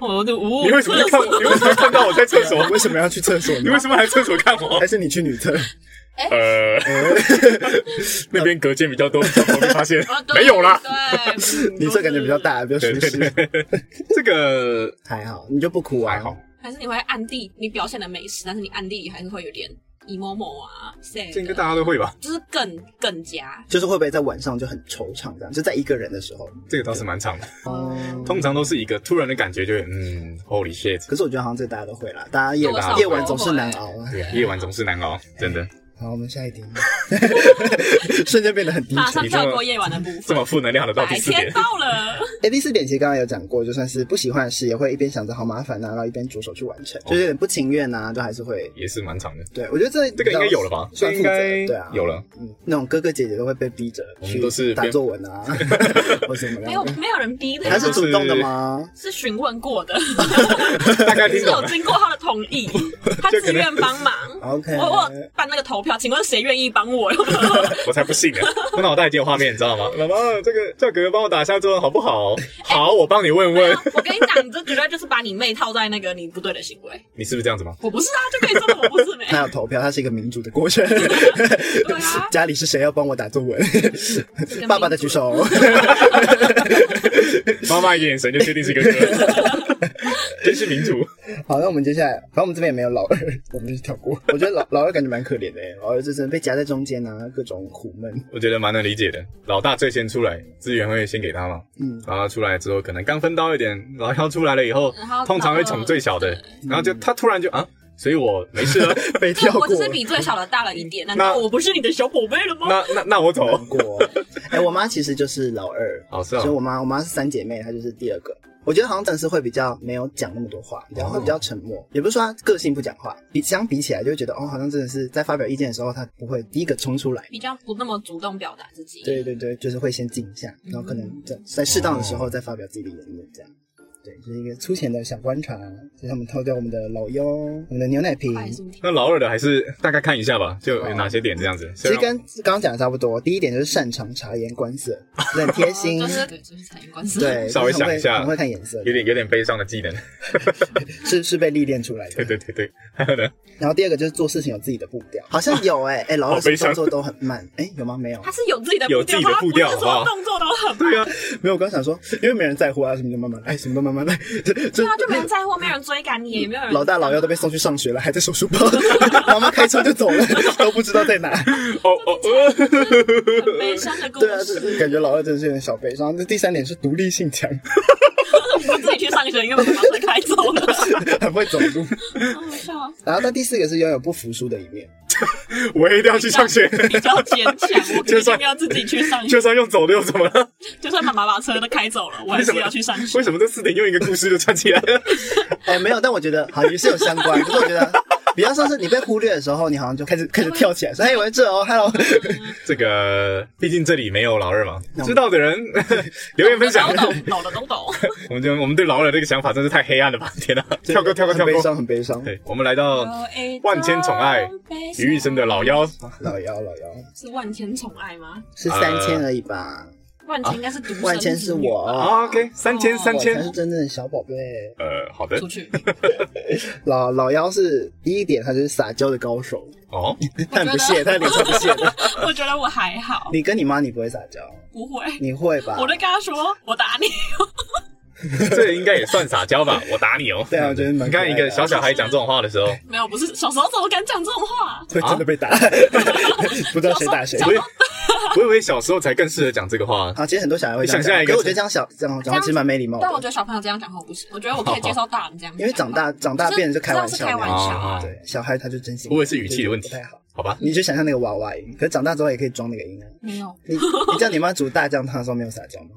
[SPEAKER 4] 我就呜，
[SPEAKER 1] 你为什么会看？你为什么会看到我在厕 所？
[SPEAKER 3] 为什么要去厕所呢？
[SPEAKER 1] 你为什么还厕所看我
[SPEAKER 3] 还？是你去女厕？
[SPEAKER 1] 呃，那边隔间比较多，我没发现
[SPEAKER 4] 啊？对
[SPEAKER 1] 没有啦。
[SPEAKER 4] 对，嗯
[SPEAKER 3] 女厕感觉比较，大，比较舒
[SPEAKER 1] 对对
[SPEAKER 3] 适。
[SPEAKER 1] 对，这个
[SPEAKER 3] 还好，你就不哭啊？
[SPEAKER 1] 还好，，
[SPEAKER 4] 还是你会暗地你表现的美食，但是你暗地里还是会有点 emo 啊
[SPEAKER 1] 这应该
[SPEAKER 4] ，sad，
[SPEAKER 1] 大家都会吧？
[SPEAKER 4] 就是更更加
[SPEAKER 3] 就是会不会在晚上就很惆怅这样？就在一个人的时候。
[SPEAKER 1] 这个倒是蛮长的，
[SPEAKER 3] 哦。
[SPEAKER 1] 通常都是一个突然的感觉就，会嗯，Holy shit，
[SPEAKER 3] 可是我觉得好像这大家都会啦，大家夜
[SPEAKER 1] 多少
[SPEAKER 3] 晚
[SPEAKER 1] 都
[SPEAKER 3] 夜晚总是难熬啊。
[SPEAKER 1] 对啊，夜晚总是难熬，真的。
[SPEAKER 3] 好，我们下一点， 瞬间变得很低
[SPEAKER 4] 马
[SPEAKER 3] 沉。
[SPEAKER 4] 上跳过夜晚的部
[SPEAKER 1] 这
[SPEAKER 4] 分。
[SPEAKER 1] 么负能量的到第
[SPEAKER 4] 白
[SPEAKER 1] 四点
[SPEAKER 4] 天，到了，
[SPEAKER 3] 哎，第四点其实刚刚有讲过，就算是不喜欢的事，也会一边想着好麻烦呐、啊然后一边着手去完成，就是有点不情愿呐、都还是会。
[SPEAKER 1] 也是蛮长的。
[SPEAKER 3] 对，我觉得这
[SPEAKER 1] 这个应该有了吧？这个
[SPEAKER 3] 算
[SPEAKER 1] 应
[SPEAKER 3] 负责
[SPEAKER 1] 该
[SPEAKER 3] 对啊，
[SPEAKER 1] 有。了。
[SPEAKER 3] 嗯，那种哥哥姐姐都会被逼着
[SPEAKER 1] 我们
[SPEAKER 3] 去
[SPEAKER 1] 都是
[SPEAKER 3] 打
[SPEAKER 1] 边
[SPEAKER 3] 作文 啊，或怎么
[SPEAKER 4] 没
[SPEAKER 3] 样
[SPEAKER 4] 有
[SPEAKER 3] 的，
[SPEAKER 4] 没有人逼的，
[SPEAKER 3] 还是
[SPEAKER 1] 我们
[SPEAKER 3] 主动的吗？
[SPEAKER 4] 是询问过的，
[SPEAKER 1] 大概啊听
[SPEAKER 4] 是
[SPEAKER 1] 懂
[SPEAKER 4] 有
[SPEAKER 1] 了。
[SPEAKER 4] 经过他的同意，他自愿帮忙。
[SPEAKER 3] OK
[SPEAKER 4] 我我有办那个投票，请问谁愿意帮我？ 我，有没有
[SPEAKER 1] 我才不信呢！我脑袋已经有画面，你知 道吗？妈妈，这个叫哥哥帮我打下桌好不好？ 好，我帮你问
[SPEAKER 4] 没有
[SPEAKER 1] 问，
[SPEAKER 4] 我跟你讲，你这绝对就是把你妹套在那个你不对的行为。
[SPEAKER 1] 你是不是这样子吗？
[SPEAKER 4] 我不是啊，就可以说我不是没。
[SPEAKER 3] 他有投票，他是一个民主的国 家。
[SPEAKER 4] 对啊，
[SPEAKER 3] 家里是谁要帮我打作文？爸爸的举 手。
[SPEAKER 1] 妈妈一个眼神就确定是哥哥， 真是民主。
[SPEAKER 3] 好，那我们接下来，反正我们这边也没有老二，我们就跳过。我觉得老老二感觉蛮可怜的耶，老二就真的被夹在中间啊，各种苦闷。
[SPEAKER 1] 我觉得蛮能理解的。老大最先出来，资源会先给他嘛，
[SPEAKER 3] 嗯，
[SPEAKER 1] 然后出来之后可能刚分到一点，老幺出来了以后
[SPEAKER 4] 然，后
[SPEAKER 1] 通常会宠最小的，然后就他突然就啊，所以我没事啊 了，
[SPEAKER 3] 被
[SPEAKER 4] 就
[SPEAKER 3] 跳过
[SPEAKER 4] 啊我。只是比最小的大了一点，难
[SPEAKER 1] 那
[SPEAKER 4] 道我不是你的小宝贝了吗？
[SPEAKER 1] 那那那我走。
[SPEAKER 3] 难过。 哎、我妈其实就是老二，
[SPEAKER 1] 哦，是啊
[SPEAKER 3] 所以，我妈我妈是三姐妹，她就是第二个。我觉得好像真的是会比较没有讲那么多话，
[SPEAKER 1] 哦
[SPEAKER 3] 然后会比较沉默，也不是说她个性不讲话，比相比起来就会觉得哦，好像真的是在发表意见的时候，她不会第一个冲出来。
[SPEAKER 4] 比较不那么主动表达自己。
[SPEAKER 1] 嗯
[SPEAKER 3] 对对对，就是会先静一下，然后可能在在适当的
[SPEAKER 1] 哦
[SPEAKER 3] 时候再发表自己的言论，这样。对，就是一个粗浅的小观察，就是我们偷掉我们的老幺，我们的牛奶瓶。
[SPEAKER 4] 快速听，
[SPEAKER 1] 那老二的还是大概看一下吧，就有哪些点这 样子。
[SPEAKER 3] 其实跟刚刚讲的差不多，第一点就是擅长察言观色，就是很贴心
[SPEAKER 4] 哦就，是对，就是察言观色。
[SPEAKER 3] 对，
[SPEAKER 1] 稍微
[SPEAKER 3] 就是很
[SPEAKER 1] 想
[SPEAKER 3] 会
[SPEAKER 1] 一下
[SPEAKER 3] 很会看眼色的，
[SPEAKER 1] 有点有点悲伤的技能，
[SPEAKER 3] 是是被历练出来
[SPEAKER 1] 对
[SPEAKER 3] 的。
[SPEAKER 1] 对对 对，还有呢，
[SPEAKER 3] 然后第二个就是做事情有自己的步调，好像有哎、欸、哎、老
[SPEAKER 1] 好
[SPEAKER 3] 二
[SPEAKER 1] 悲
[SPEAKER 3] 是
[SPEAKER 1] 伤
[SPEAKER 3] 动作都很 慢，哎、有吗？没有
[SPEAKER 4] 他，是有自己的
[SPEAKER 1] 有自己的步调
[SPEAKER 4] 他不
[SPEAKER 1] 好
[SPEAKER 4] 是说
[SPEAKER 1] 不好
[SPEAKER 4] 动作都很慢，
[SPEAKER 1] 对啊，
[SPEAKER 3] 没有。我刚想说，因为没人在乎啊，什么都慢慢来，什么都慢慢来，就就
[SPEAKER 4] 对啊，就没人在乎，没人追赶你，也没有人
[SPEAKER 3] 老大老幺都被送去上学了，还在收书包，妈妈开车就走了， 都不知道在哪。
[SPEAKER 1] 哦哦，呃
[SPEAKER 4] 很悲伤的故
[SPEAKER 3] 对啊，就
[SPEAKER 4] 事。
[SPEAKER 3] 是感觉老二真的是有点小悲伤。这第三点是独立性强，
[SPEAKER 4] 我自己去上学，因为我把车开走 了，
[SPEAKER 3] 很会走路。
[SPEAKER 4] 好好笑啊。
[SPEAKER 3] 然后但第四个是拥有不服输的一面，
[SPEAKER 1] 我一定要去上 学，
[SPEAKER 4] 比较坚强，我
[SPEAKER 1] 就
[SPEAKER 4] 肯
[SPEAKER 1] 算
[SPEAKER 4] 定要自己去上学
[SPEAKER 1] 就。算用走的又怎么了？
[SPEAKER 4] 就算妈妈把车都开走了，我还是要去上 学
[SPEAKER 1] 为。什么这四点用一个故事就串起来了？
[SPEAKER 3] 哎、没有，但我觉得好也是有相关，可是我觉得。比方说是你被忽略的时候，你好像就开始开始跳起来，说：“哎，我在这哦，hello。
[SPEAKER 1] 这个毕竟这里没有老二嘛，知道的人 留言分享。
[SPEAKER 4] 都懂，懂的都 懂。
[SPEAKER 1] 我们就我们对老二这个想法真是太黑暗了吧！天哪，跳过跳过跳
[SPEAKER 3] 很悲伤，
[SPEAKER 1] 过。
[SPEAKER 3] 很悲伤。
[SPEAKER 1] 对，我们来到
[SPEAKER 3] 呃
[SPEAKER 1] 万千宠
[SPEAKER 3] 哎
[SPEAKER 1] 爱于一身的老妖，
[SPEAKER 3] 老幺，老幺
[SPEAKER 4] 是万千宠爱吗？
[SPEAKER 3] 是三千而已吧？
[SPEAKER 4] 万千应该是独生子女吧
[SPEAKER 3] 万千是我，
[SPEAKER 1] 啊，OK，三千三
[SPEAKER 3] 我
[SPEAKER 1] 千
[SPEAKER 3] 才，是真正的小宝贝。
[SPEAKER 1] 呃，好的
[SPEAKER 4] 出，去。
[SPEAKER 3] 老老幺是第一点，他就是撒娇的高手，
[SPEAKER 1] 哦，
[SPEAKER 3] 但不屑，他脸上不屑的。
[SPEAKER 4] 我觉得我还好，
[SPEAKER 3] 你跟你妈你不会撒娇，
[SPEAKER 4] 不会。
[SPEAKER 3] 你会吧？
[SPEAKER 4] 我就跟他说：“我打你。
[SPEAKER 1] 这应该也算撒娇吧？ 我打你哦！
[SPEAKER 3] 对啊我觉得蛮
[SPEAKER 1] 你
[SPEAKER 3] 可爱
[SPEAKER 1] 看
[SPEAKER 3] 的
[SPEAKER 1] 一个小小孩讲这种话的时候，”
[SPEAKER 4] 没有，不是小时候怎么敢讲这种话？
[SPEAKER 3] 会真的被打， 不知道谁打谁。
[SPEAKER 1] 啊我以我以为小时候才更适合讲这个话，
[SPEAKER 3] 啊，其实很多小孩会这样
[SPEAKER 1] 你想象
[SPEAKER 3] 讲，
[SPEAKER 1] 一个
[SPEAKER 3] 可是我觉得这样小这样讲话其实蛮没礼貌
[SPEAKER 4] 但我觉
[SPEAKER 3] 的，
[SPEAKER 4] 得小朋友这样讲话我不行，我觉得我可以接受大人这样讲话。
[SPEAKER 3] 因为长大长大变得就开玩
[SPEAKER 4] 哦知
[SPEAKER 3] 笑
[SPEAKER 4] 道是开玩
[SPEAKER 3] 那样。
[SPEAKER 4] 笑
[SPEAKER 1] 哦
[SPEAKER 4] 啊。
[SPEAKER 3] 对，小孩他就真心，
[SPEAKER 1] 不会是语气的问题
[SPEAKER 3] 不太好。
[SPEAKER 1] 好吧？
[SPEAKER 3] 你就想象那个娃娃音，可是长大之后也可以装那个音啊。
[SPEAKER 4] 没有，
[SPEAKER 3] 你你叫你妈煮大酱汤的时候没有撒娇 吗？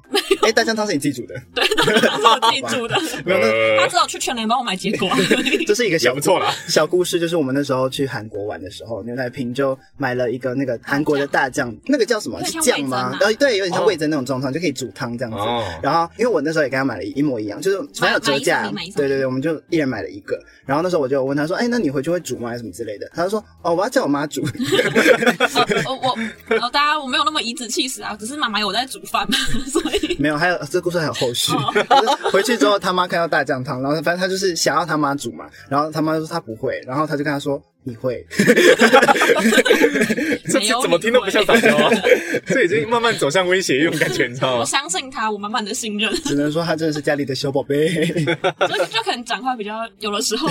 [SPEAKER 3] 哎，大酱汤是你自己煮的，
[SPEAKER 4] 是我自己煮的。
[SPEAKER 3] 没有，那
[SPEAKER 4] 他
[SPEAKER 1] 呃，
[SPEAKER 4] 只有去全联帮我 买结果而已。
[SPEAKER 3] 这是一个
[SPEAKER 1] 也
[SPEAKER 3] 小
[SPEAKER 1] 不错啦。
[SPEAKER 3] 小故事就是我们那时候去韩国玩的时候，牛奶瓶就买了一个那个韩国的大酱，那个叫什么？
[SPEAKER 4] 有
[SPEAKER 3] 是
[SPEAKER 4] 点像
[SPEAKER 3] 酱
[SPEAKER 4] 味噌
[SPEAKER 3] 吗
[SPEAKER 4] 啊？
[SPEAKER 3] 然后对，有点像
[SPEAKER 1] 哦
[SPEAKER 3] 味噌那种状况，就可以煮汤这样子
[SPEAKER 1] 哦。
[SPEAKER 3] 然后因为我那时候也跟他买了一模一样，就是反正有折价
[SPEAKER 4] 买一送一买一，送一
[SPEAKER 3] 对对对，我们就一人买了一个。然后那时候我就问他说：“哎，那你回去会煮吗？还是什么之类的？”他就说：“哦，我要叫我妈 煮。
[SPEAKER 4] 呃我我呃，大家我没有那么颐指气使啊，只是妈妈有在煮饭， 所以
[SPEAKER 3] 没有，还有这故事还有后续。
[SPEAKER 4] 哦
[SPEAKER 3] 就是回去之后，他妈看到大酱汤，然后反正他就是想要他妈煮嘛，然后他妈就说他不会，然后他就跟他说你会。
[SPEAKER 1] 这
[SPEAKER 4] 没有
[SPEAKER 1] 这怎么听都不像撒娇 啊！这已经慢慢走向威胁这种感觉，你知
[SPEAKER 3] 哦
[SPEAKER 1] 道
[SPEAKER 4] 我
[SPEAKER 1] 吗？
[SPEAKER 4] 相信他，我满满的信任，
[SPEAKER 3] 只能说他真的是家里的小宝贝。
[SPEAKER 4] 就就可能讲话比较有 的时候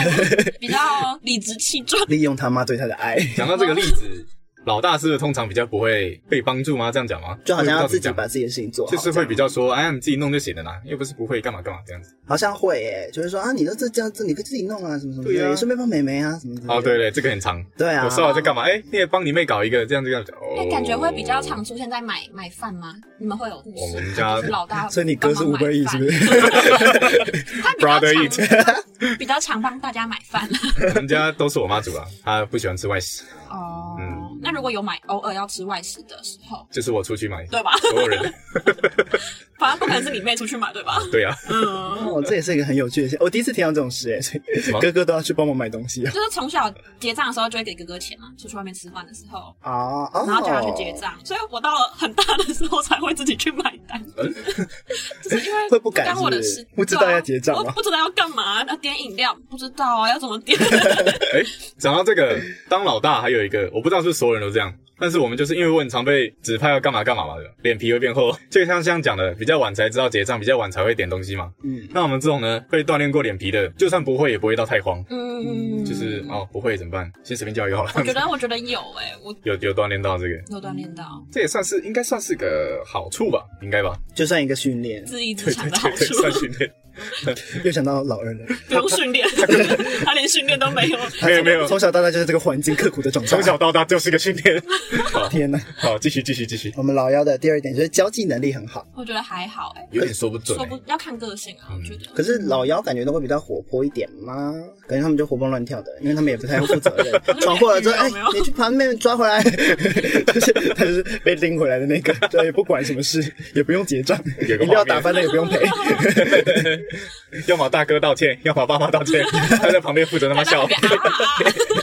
[SPEAKER 4] 比较理直气壮。
[SPEAKER 3] 利用他妈对他的 爱，
[SPEAKER 1] 讲到这个例子，老大是不是通常比较不会被帮助吗？这样讲吗？
[SPEAKER 3] 就好像要
[SPEAKER 1] 不知
[SPEAKER 3] 自
[SPEAKER 1] 道怎
[SPEAKER 3] 己
[SPEAKER 1] 么
[SPEAKER 3] 把
[SPEAKER 1] 讲
[SPEAKER 3] 自己的事情做好，
[SPEAKER 1] 就是会比
[SPEAKER 3] 较
[SPEAKER 1] 较说，哎，你自己弄就行了啦，又不是不会干嘛干嘛这样子。
[SPEAKER 3] 好像会诶、就是说啊，你都这这样子，你可以自己弄啊，什么什么之类的，
[SPEAKER 1] 对啊
[SPEAKER 3] 顺便帮妹妹啊，什么之类的。
[SPEAKER 1] 哦，对对，这个很长。
[SPEAKER 3] 对啊，
[SPEAKER 1] 我说了在干嘛？哎，你也帮你妹搞一个，这样这样讲。哦
[SPEAKER 4] 那哎感觉会比 较常。出现在买买饭吗？你们会有故
[SPEAKER 1] 我
[SPEAKER 4] 事？
[SPEAKER 1] 们家
[SPEAKER 4] 就是老大，
[SPEAKER 3] 所以你哥是五个亿是不？是？
[SPEAKER 4] 他比较
[SPEAKER 1] Brother
[SPEAKER 4] 常 比较常帮大家买饭。
[SPEAKER 1] 我们家都是我妈煮啊，她不喜欢吃外食，
[SPEAKER 4] 哦
[SPEAKER 1] 嗯，
[SPEAKER 4] 那如果有买偶尔要吃外食的时候，
[SPEAKER 1] 就是我出去买，
[SPEAKER 4] 对吧？
[SPEAKER 1] 所有人。
[SPEAKER 4] 反正不可能是你妹出去买，对吧？
[SPEAKER 1] 对啊，
[SPEAKER 4] 嗯，
[SPEAKER 3] 哦，这也是一个很有 趣的事。我第一次听到这种事，哎，所
[SPEAKER 1] 么
[SPEAKER 3] 以哥哥都要去帮忙买东西啊。
[SPEAKER 4] 就是从小结账的时候就会给哥哥钱嘛，啊出去外面吃饭的时候，
[SPEAKER 3] 哦，哦
[SPEAKER 4] 然后叫他去结，账，所以我到了很大的时候才会自己去买单， 就是因为
[SPEAKER 3] 哎会不敢
[SPEAKER 4] 干我的
[SPEAKER 3] 是
[SPEAKER 4] 事
[SPEAKER 3] 不是，不知道
[SPEAKER 4] 对啊
[SPEAKER 3] 要结账吗
[SPEAKER 4] 我不知道要干嘛，要点饮料不知道啊，要怎么 点，
[SPEAKER 1] 哎、讲到这个，当老大还有一个，我不知道是不是所有人都这样，但是我们就是因为我很常被指派要干嘛干嘛嘛的，脸皮会变厚。就像像讲的，比较晚才知道结账，比较晚才会点东西嘛。
[SPEAKER 3] 嗯，
[SPEAKER 1] 那我们这种呢，被锻炼过脸皮的，就算不会也不会到太慌，
[SPEAKER 4] 嗯，
[SPEAKER 1] 就是、哦不会怎么办，先随便叫一个好了。
[SPEAKER 4] 我觉得我觉得有哎、我
[SPEAKER 1] 有有锻炼到这个，
[SPEAKER 4] 有锻炼到
[SPEAKER 1] 这也算是应该算是个好处吧，应该吧？
[SPEAKER 3] 就算一个训练。
[SPEAKER 4] 自立自
[SPEAKER 1] 对
[SPEAKER 4] 强
[SPEAKER 1] 对
[SPEAKER 4] 的好
[SPEAKER 1] 对对，
[SPEAKER 4] 处，
[SPEAKER 1] 算训练。
[SPEAKER 3] 又想到老二了，
[SPEAKER 4] 不用 训练，他连训练都没有。
[SPEAKER 1] 没有没有，
[SPEAKER 3] 从小到大就是这个环境刻苦的长大。
[SPEAKER 1] 从小到大就是个训练。
[SPEAKER 3] 天呐，
[SPEAKER 1] 好，继续继续继续，
[SPEAKER 3] 我们老幺的第二点就是交际能力很好，
[SPEAKER 4] 我觉得还好哎、
[SPEAKER 1] 有点说不准、
[SPEAKER 4] 说
[SPEAKER 1] 欸
[SPEAKER 4] 不。要看个性啊，我觉得。
[SPEAKER 3] 可是老幺感觉都会比较活泼一点吗？感觉他们就活蹦乱跳的，因为他们也不太负责任，闯祸了之后，哎、
[SPEAKER 4] 有没有
[SPEAKER 3] 你去把妹妹抓回来， 就是他就是被拎回来的那个，对，也不管什么事，也不用结账，
[SPEAKER 1] 有个
[SPEAKER 3] 饮料
[SPEAKER 1] 画面
[SPEAKER 3] 打翻了也不用赔，
[SPEAKER 1] 要么大哥道歉，要么爸妈道 歉，他在旁边负责他妈笑，
[SPEAKER 4] 啊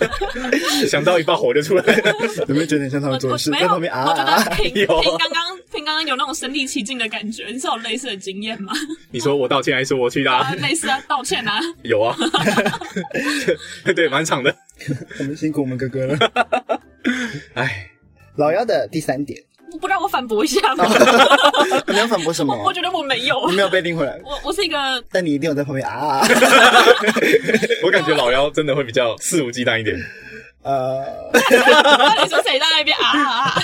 [SPEAKER 1] 想到一半火就 出来了。
[SPEAKER 3] 有没有觉得很像他
[SPEAKER 4] 我
[SPEAKER 3] 们做的事？
[SPEAKER 4] 我没
[SPEAKER 3] 在
[SPEAKER 4] 有，
[SPEAKER 3] 旁边啊
[SPEAKER 4] 我觉
[SPEAKER 3] 啊啊
[SPEAKER 4] 得凭凭
[SPEAKER 1] 有啊
[SPEAKER 4] 刚刚凭刚刚有那种身临其境的感觉，你是有类似的经验吗？
[SPEAKER 1] 你说我道歉还是我去的、啊
[SPEAKER 4] 啊，？ 类似啊，道歉啊，
[SPEAKER 1] 有 啊，对，蛮长的。
[SPEAKER 3] 我们辛苦我们哥哥了。
[SPEAKER 1] 哎，
[SPEAKER 3] 老幺的第三点，
[SPEAKER 4] 不不让我反驳一 下吗？
[SPEAKER 3] 你要反驳什么？
[SPEAKER 4] 我觉得我没有，
[SPEAKER 3] 你没有被拎回来，
[SPEAKER 4] 我我是一个
[SPEAKER 3] 但你一定有在旁边啊啊啊。
[SPEAKER 1] 我感觉老妖真的会比较肆无忌惮一点。
[SPEAKER 3] 呃，
[SPEAKER 4] 那你说谁在那边啊啊啊？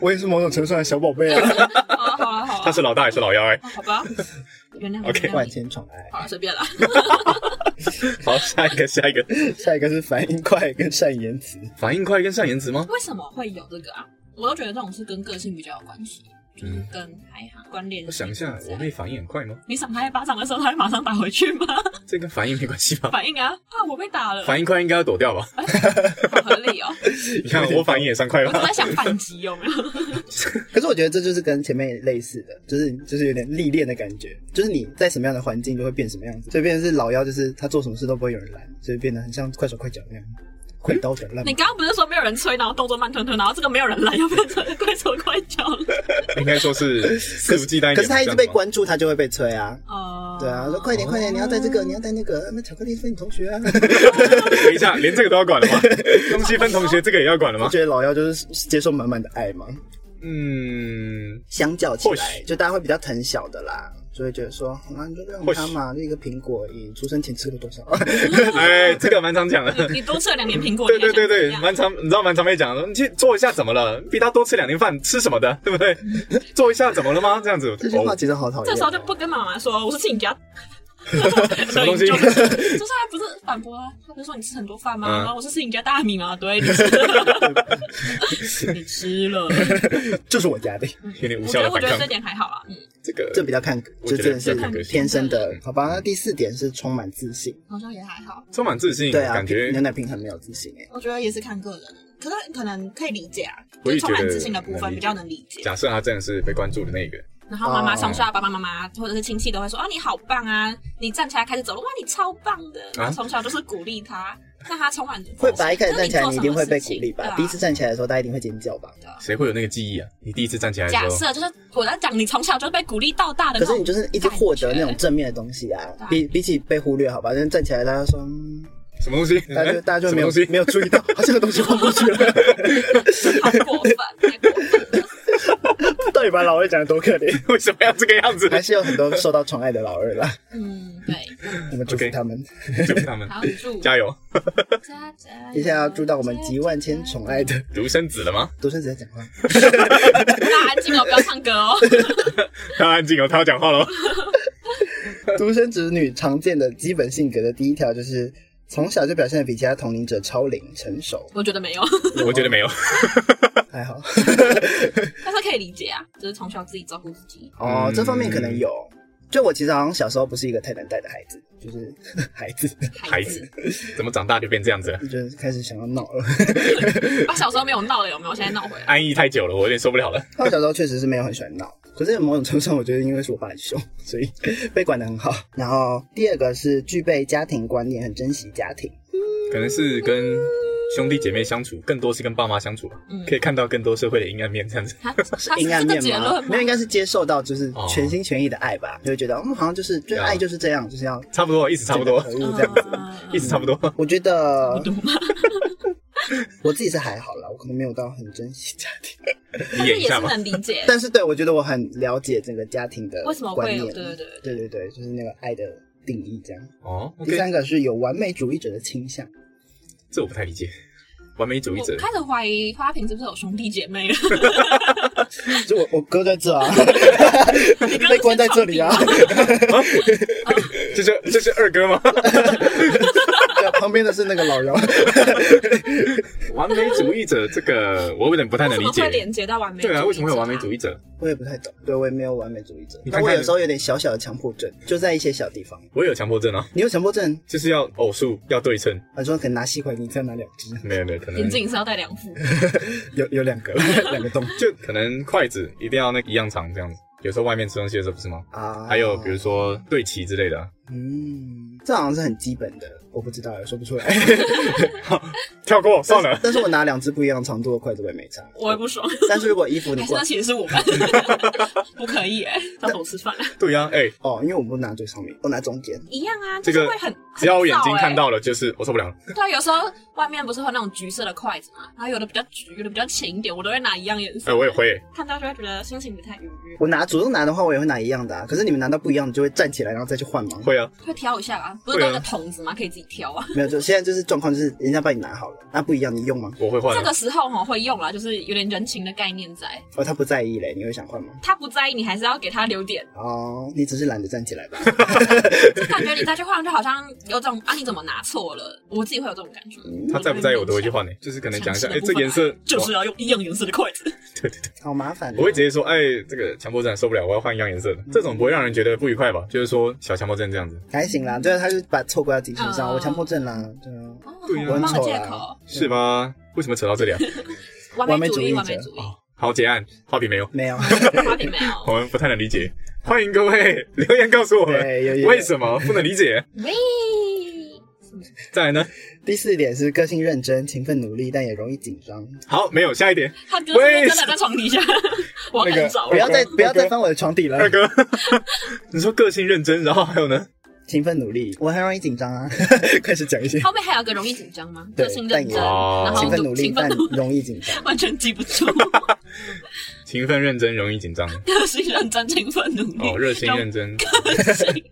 [SPEAKER 3] 我也是某种程度上的小宝贝啊，
[SPEAKER 4] 好啊好啊好
[SPEAKER 1] 他
[SPEAKER 4] 啊
[SPEAKER 1] 是，老大也是老妖哎、
[SPEAKER 4] 好吧，原谅我
[SPEAKER 1] OK
[SPEAKER 4] 原谅
[SPEAKER 3] 万
[SPEAKER 4] 你，
[SPEAKER 3] 千宠爱。
[SPEAKER 4] 好了，随便啦。
[SPEAKER 1] 好，下一个，下一个，
[SPEAKER 3] 下一个是反应快跟善言辞，
[SPEAKER 1] 反应快跟善言辞吗？
[SPEAKER 4] 为什么会有这个啊？我都觉得这种是跟个性比较有关系，就是跟排行关联。
[SPEAKER 1] 嗯我想一下，我妹反应很快吗？
[SPEAKER 4] 你赏他一巴掌的时候，他会马上打回去吗？
[SPEAKER 1] 这跟反应没关系吧？
[SPEAKER 4] 反应啊啊！我被打了，
[SPEAKER 1] 反应快应该要躲掉吧？
[SPEAKER 4] 好合理哦。
[SPEAKER 1] 你看我反应也算快
[SPEAKER 4] 我 正
[SPEAKER 1] 吧？
[SPEAKER 4] 在想反击有 没有？
[SPEAKER 3] 可是我觉得这就是跟前面类似的，就是就是有点历练的感觉，就是你在什么样的环境就会变什么样子。所以变成是老妖，就是他做什么事都不会有人拦，所以变得很像快手快脚那样，快刀斩乱麻
[SPEAKER 4] 嗯你。刚刚不是说没有人催，然后动作慢吞吞，然后这个没有人来，又变成快手快脚
[SPEAKER 1] 啊
[SPEAKER 4] 了。
[SPEAKER 1] 应该说是肆
[SPEAKER 3] 可
[SPEAKER 1] 无忌惮一点。
[SPEAKER 3] 可是他一直被
[SPEAKER 1] 这样吗，
[SPEAKER 3] 关注，他就会被催啊。
[SPEAKER 4] 哦，
[SPEAKER 3] 对啊，说快点快点，你要带这个，你要带那个，那巧克力分你同学 啊。
[SPEAKER 1] 等一下，连这个都要管了吗？东西分同学，这个也要管了吗
[SPEAKER 3] 我？觉得老妖就是接受满满的爱嘛，
[SPEAKER 1] 嗯，
[SPEAKER 3] 相较起
[SPEAKER 1] 或
[SPEAKER 3] 来，
[SPEAKER 1] 许
[SPEAKER 3] 就大家会比较疼小的啦，就会觉得说，啊，你就让他嘛，就一个苹果而已，出生前吃了多 少？
[SPEAKER 1] 哎，这个蛮常讲的。
[SPEAKER 4] 你多吃了两年苹果，
[SPEAKER 1] 对对对
[SPEAKER 4] 你
[SPEAKER 1] 对，
[SPEAKER 4] 还想
[SPEAKER 1] 蛮
[SPEAKER 4] 怎样
[SPEAKER 1] 常，你知道蛮常被讲的，你去做一下怎么了？比他多吃两年饭，吃什么的，对不 对？做一下怎么了吗？这样子，
[SPEAKER 3] 这句话
[SPEAKER 1] 哦，
[SPEAKER 3] 其实好讨厌哦。
[SPEAKER 4] 这时候就不跟妈妈说我是去你家。
[SPEAKER 1] 什么东西
[SPEAKER 4] 就 就是他不是反驳啊，他就说你吃很多饭吗？
[SPEAKER 1] 嗯
[SPEAKER 4] 然后我是吃你家大米吗？ 对， 你吃了，你吃了。
[SPEAKER 3] 就是我家的，
[SPEAKER 1] 有 点无
[SPEAKER 4] 我
[SPEAKER 1] 效
[SPEAKER 4] 觉
[SPEAKER 1] 的
[SPEAKER 4] 得我
[SPEAKER 1] 反
[SPEAKER 4] 觉得这
[SPEAKER 1] 抗。
[SPEAKER 4] 点还好啦，嗯，
[SPEAKER 1] 这个
[SPEAKER 3] 这比较看，
[SPEAKER 1] 我
[SPEAKER 3] 就
[SPEAKER 1] 觉得
[SPEAKER 3] 真的是
[SPEAKER 1] 比较看个性
[SPEAKER 3] 天生的，好吧？那第四点是充满自信，
[SPEAKER 4] 好像也还好。
[SPEAKER 1] 充满自信，
[SPEAKER 3] 对
[SPEAKER 1] 嗯
[SPEAKER 3] 啊，
[SPEAKER 1] 感觉
[SPEAKER 3] 牛奶瓶很没有自信哎。
[SPEAKER 4] 我觉得也是看个人，可是可能可以理解啊，
[SPEAKER 1] 我
[SPEAKER 4] 就
[SPEAKER 1] 也
[SPEAKER 4] 是充满
[SPEAKER 1] 觉得
[SPEAKER 4] 自信的部
[SPEAKER 1] 能
[SPEAKER 4] 分
[SPEAKER 1] 理
[SPEAKER 4] 比较能理解。
[SPEAKER 1] 假设他真的是被关注的那个，
[SPEAKER 4] 然后妈妈
[SPEAKER 3] 哦
[SPEAKER 4] 从小爸爸妈妈或者是亲戚都会说啊你好棒啊，你站起来开始走路，哇你超棒的，
[SPEAKER 1] 啊
[SPEAKER 4] 从小就是鼓励他，让他充满
[SPEAKER 3] 会吧？一开始站起来，你一定会被鼓励
[SPEAKER 4] 对
[SPEAKER 3] 吧？
[SPEAKER 4] 啊
[SPEAKER 3] 第一次站起来的时候，大家一定会尖叫吧？
[SPEAKER 1] 谁会有那个记忆啊？你第一次站起来的
[SPEAKER 4] 假
[SPEAKER 1] 时候，
[SPEAKER 4] 设就是我在讲，你从小就是被鼓励到大的
[SPEAKER 3] 可是
[SPEAKER 4] 那种
[SPEAKER 3] 你
[SPEAKER 4] 感觉，
[SPEAKER 3] 就是一直获得那种正面的东西啊
[SPEAKER 4] 对，啊
[SPEAKER 3] 比比起被忽略，好吧？但站起来，大家说，嗯
[SPEAKER 1] 什么东西？哎
[SPEAKER 3] 大家 就
[SPEAKER 1] 什
[SPEAKER 3] 大家就
[SPEAKER 1] 么
[SPEAKER 3] 没有
[SPEAKER 1] 东西？
[SPEAKER 3] 没有注 意到，好像有东西晃过去了。
[SPEAKER 4] 好过分，太过分了。
[SPEAKER 3] 到底把老二讲的多可 怜？
[SPEAKER 1] 为什么要这个样子？
[SPEAKER 3] 还是有很多受到宠爱的老二啦，
[SPEAKER 4] 嗯，对，嗯
[SPEAKER 3] 我们祝福
[SPEAKER 1] OK
[SPEAKER 3] 他们。
[SPEAKER 1] 祝他们
[SPEAKER 4] 好祝
[SPEAKER 1] 加油！
[SPEAKER 3] 接下来要祝到我们集万千宠爱的
[SPEAKER 1] 独生子了吗？
[SPEAKER 3] 独生子在讲话。
[SPEAKER 4] 大家安静哦，不要唱歌哦。
[SPEAKER 1] 他安静哦，他要讲话喽。
[SPEAKER 3] 独生子女常见的基本性格的第一条就是从小就表现的比其他同龄者超龄成 熟，
[SPEAKER 4] 我觉得没有，
[SPEAKER 1] 我觉得没有，
[SPEAKER 3] 还好
[SPEAKER 4] 但是可以理解啊，就是从小自己照顾自己。
[SPEAKER 3] 哦，
[SPEAKER 1] 嗯
[SPEAKER 3] 这方面可能有。就我其实好像小时候不是一个太难带的孩子，就是 孩子，
[SPEAKER 1] 孩子怎么长大就变这样子了？
[SPEAKER 3] 就是开始想要闹了。
[SPEAKER 4] 啊，小时候没有闹的有没有？现在闹回来。
[SPEAKER 1] 安逸太久了，我有点受不了了。
[SPEAKER 3] 那我小时候确实是没有很喜欢闹，可是某种程度上，我觉得因为是我爸很凶，所以被管得很好。然后第二个是具备家庭观念，很珍惜家庭。
[SPEAKER 1] 可能是跟兄弟姐妹相处，更多是跟爸妈相处吧，
[SPEAKER 4] 嗯
[SPEAKER 1] 可以看到更多社会的阴暗面这样子。
[SPEAKER 4] 他他
[SPEAKER 3] 阴暗
[SPEAKER 4] 这个
[SPEAKER 3] 面
[SPEAKER 4] 结
[SPEAKER 3] 吗？
[SPEAKER 4] 论
[SPEAKER 3] 没有，应该是接受到就是
[SPEAKER 1] 哦
[SPEAKER 3] 全心全意的爱吧，就会觉得嗯，好像就是就是
[SPEAKER 1] 对啊
[SPEAKER 3] 爱就是这样，就是要
[SPEAKER 1] 差不多，意思差不多
[SPEAKER 3] 整，个
[SPEAKER 4] 嗯
[SPEAKER 3] 投入这样子。
[SPEAKER 1] 意思差不多。
[SPEAKER 3] 我觉得
[SPEAKER 4] 不多啊吗？
[SPEAKER 3] 我自己是还好啦，我可能没有到很珍惜家庭，
[SPEAKER 1] 你
[SPEAKER 4] 但是
[SPEAKER 1] 演一
[SPEAKER 4] 嗯也
[SPEAKER 1] 下
[SPEAKER 4] 是
[SPEAKER 1] 吧。
[SPEAKER 4] 能理 解
[SPEAKER 3] 但是对我觉得我很了解整个家庭的
[SPEAKER 4] 为什么
[SPEAKER 3] 观
[SPEAKER 4] 会
[SPEAKER 3] 念
[SPEAKER 4] 有，对对对对。
[SPEAKER 3] 对对对，就是那个爱的定义这样。
[SPEAKER 1] 哦
[SPEAKER 3] 第
[SPEAKER 1] ，OK，
[SPEAKER 3] 三个是有完美主义者的倾向，
[SPEAKER 1] 这我不太理解。完美主义者
[SPEAKER 4] 我，开始怀疑花瓶是不是有兄弟姐 妹了？
[SPEAKER 3] 就我我哥在这啊， 被关在这里啊，
[SPEAKER 1] 这是这是二哥吗？
[SPEAKER 3] 对旁边的是那个老姚，
[SPEAKER 1] 完美主义者这个我有点不太能
[SPEAKER 4] 为什
[SPEAKER 1] 理
[SPEAKER 4] 么
[SPEAKER 1] 解
[SPEAKER 4] 会。连接到完美主义者啊？
[SPEAKER 1] 对啊，为什么会有完美主义者？
[SPEAKER 3] 我也不太懂，对我也没有完美主义者，
[SPEAKER 1] 你看
[SPEAKER 3] 但
[SPEAKER 1] 看
[SPEAKER 3] 我有时候有点小小的强迫症，就在一些小地方。
[SPEAKER 1] 我也有强迫症啊，
[SPEAKER 3] 你有强迫症？
[SPEAKER 1] 就是要偶数，要对称。
[SPEAKER 3] 我说可能拿吸管，你再拿两只，
[SPEAKER 1] 没有没有，可能
[SPEAKER 4] 眼镜是要戴两 副，
[SPEAKER 3] 有有两个 两个洞
[SPEAKER 1] 就可能筷子一定要那个一样长这样子。有时候外面吃东西的时候不是吗？
[SPEAKER 3] 啊。
[SPEAKER 1] 还有比如说对齐之类的啊，
[SPEAKER 3] 嗯，这好像是很基本的，我不知道，说不 出来。
[SPEAKER 1] 跳过算
[SPEAKER 3] 但
[SPEAKER 1] 了
[SPEAKER 3] 是。但是我拿两只不一样长度的筷子，我也没差。
[SPEAKER 4] 我也不爽。
[SPEAKER 3] 但是如果衣服你
[SPEAKER 4] 还是
[SPEAKER 3] 挂
[SPEAKER 4] 那其实 是我们，不可以哎，要怎么吃饭啊？
[SPEAKER 1] 对呀、哎、
[SPEAKER 3] 哦，因为我不拿最上面，我拿中间。
[SPEAKER 4] 一样啊，
[SPEAKER 1] 这
[SPEAKER 4] 就
[SPEAKER 1] 个
[SPEAKER 4] 是会很
[SPEAKER 1] 只要我眼睛看。
[SPEAKER 4] 很燥
[SPEAKER 1] 到了，就是我受不了了。
[SPEAKER 4] 欸对啊，有时候外面不是会有那种橘色的筷子嘛，然后有的比较橘，有的比较浅一点，我都会拿一样颜
[SPEAKER 1] 哎、
[SPEAKER 4] 色。
[SPEAKER 1] 我也会、
[SPEAKER 4] 看到就会觉得心情不太愉悦，
[SPEAKER 3] 我拿主动拿的话，我也会拿一样的、啊。可是你们拿到不一样的，就会站起来，然后再去换吗？
[SPEAKER 1] 会啊，
[SPEAKER 4] 会挑一下啊，不是
[SPEAKER 1] 会啊
[SPEAKER 4] 那个桶子吗？可以自己挑啊。
[SPEAKER 3] 没有，就现在就是状况，就是人家帮你拿好了，那不一样你用吗？
[SPEAKER 1] 我会换、
[SPEAKER 4] 这
[SPEAKER 1] 啊。
[SPEAKER 4] 个时候哈会用啦，啊就是有点人情的概念在。
[SPEAKER 3] 哦，他不在意嘞，你会想换吗？
[SPEAKER 4] 他不在意，你还是要给他 留点。
[SPEAKER 3] 哦，你只是懒得站起来吧？
[SPEAKER 4] 就感觉你再去换，就好像有种啊，你怎么拿错了？我自己会有这种感觉。
[SPEAKER 1] 他在不在意我都会去换呢、就是可能讲一下，哎、
[SPEAKER 4] 强势的部
[SPEAKER 1] 这
[SPEAKER 4] 分
[SPEAKER 1] 颜色
[SPEAKER 4] 就是要用一样颜色的筷子。
[SPEAKER 3] 好麻烦哦。
[SPEAKER 1] 我会直接说，哎、这个强迫症受不了，我要换一样颜色的。这种不会让人觉得不愉快吧？就是说小强迫症这样子，
[SPEAKER 3] 还行啦，对啊，他就把错怪到自己身上，
[SPEAKER 4] 嗯
[SPEAKER 3] 我强迫症啦，对啊。
[SPEAKER 4] 哦，
[SPEAKER 1] 对啊
[SPEAKER 4] 好棒的
[SPEAKER 3] 很丑
[SPEAKER 4] 借
[SPEAKER 3] 啦
[SPEAKER 4] 口，
[SPEAKER 1] 是吧？为什么扯到 这里啊？
[SPEAKER 4] 完美主义，
[SPEAKER 3] 完
[SPEAKER 4] 完
[SPEAKER 3] 美
[SPEAKER 4] 美
[SPEAKER 3] 主
[SPEAKER 4] 主义，
[SPEAKER 1] 好，结案，花瓶没有，
[SPEAKER 3] 没有，
[SPEAKER 4] 花瓶没有。
[SPEAKER 1] 我们不太能理解。欢迎各位留言告诉我们
[SPEAKER 3] 对哎有有有
[SPEAKER 1] 为什么不能理解。
[SPEAKER 4] 喂，
[SPEAKER 1] 哦再来呢？
[SPEAKER 3] 第四点是个性认真、勤奋努力，但也容易紧张。
[SPEAKER 1] 好，没有下一点，
[SPEAKER 4] 他哥是不是真的在床底 下，我
[SPEAKER 1] 那个
[SPEAKER 4] 很找
[SPEAKER 3] 不要再
[SPEAKER 1] 二哥
[SPEAKER 3] 不要再翻我的床底了
[SPEAKER 1] 二。哥，你说个性认真，然后还有呢？
[SPEAKER 3] 勤奋努力，我很容易紧张啊。 开始讲一些
[SPEAKER 4] 后面还有个容易紧张吗？
[SPEAKER 3] 对
[SPEAKER 4] 个性认真，
[SPEAKER 3] 但也
[SPEAKER 1] 哦
[SPEAKER 4] 然后
[SPEAKER 3] 勤奋努力，
[SPEAKER 4] 勤奋
[SPEAKER 3] 但
[SPEAKER 4] 努 力
[SPEAKER 3] 容易紧张。
[SPEAKER 4] 完全记不 住，
[SPEAKER 1] 勤奋认真，容易紧张。
[SPEAKER 4] 个性认真，勤奋努力，
[SPEAKER 1] 哦，热心认真，
[SPEAKER 4] 个性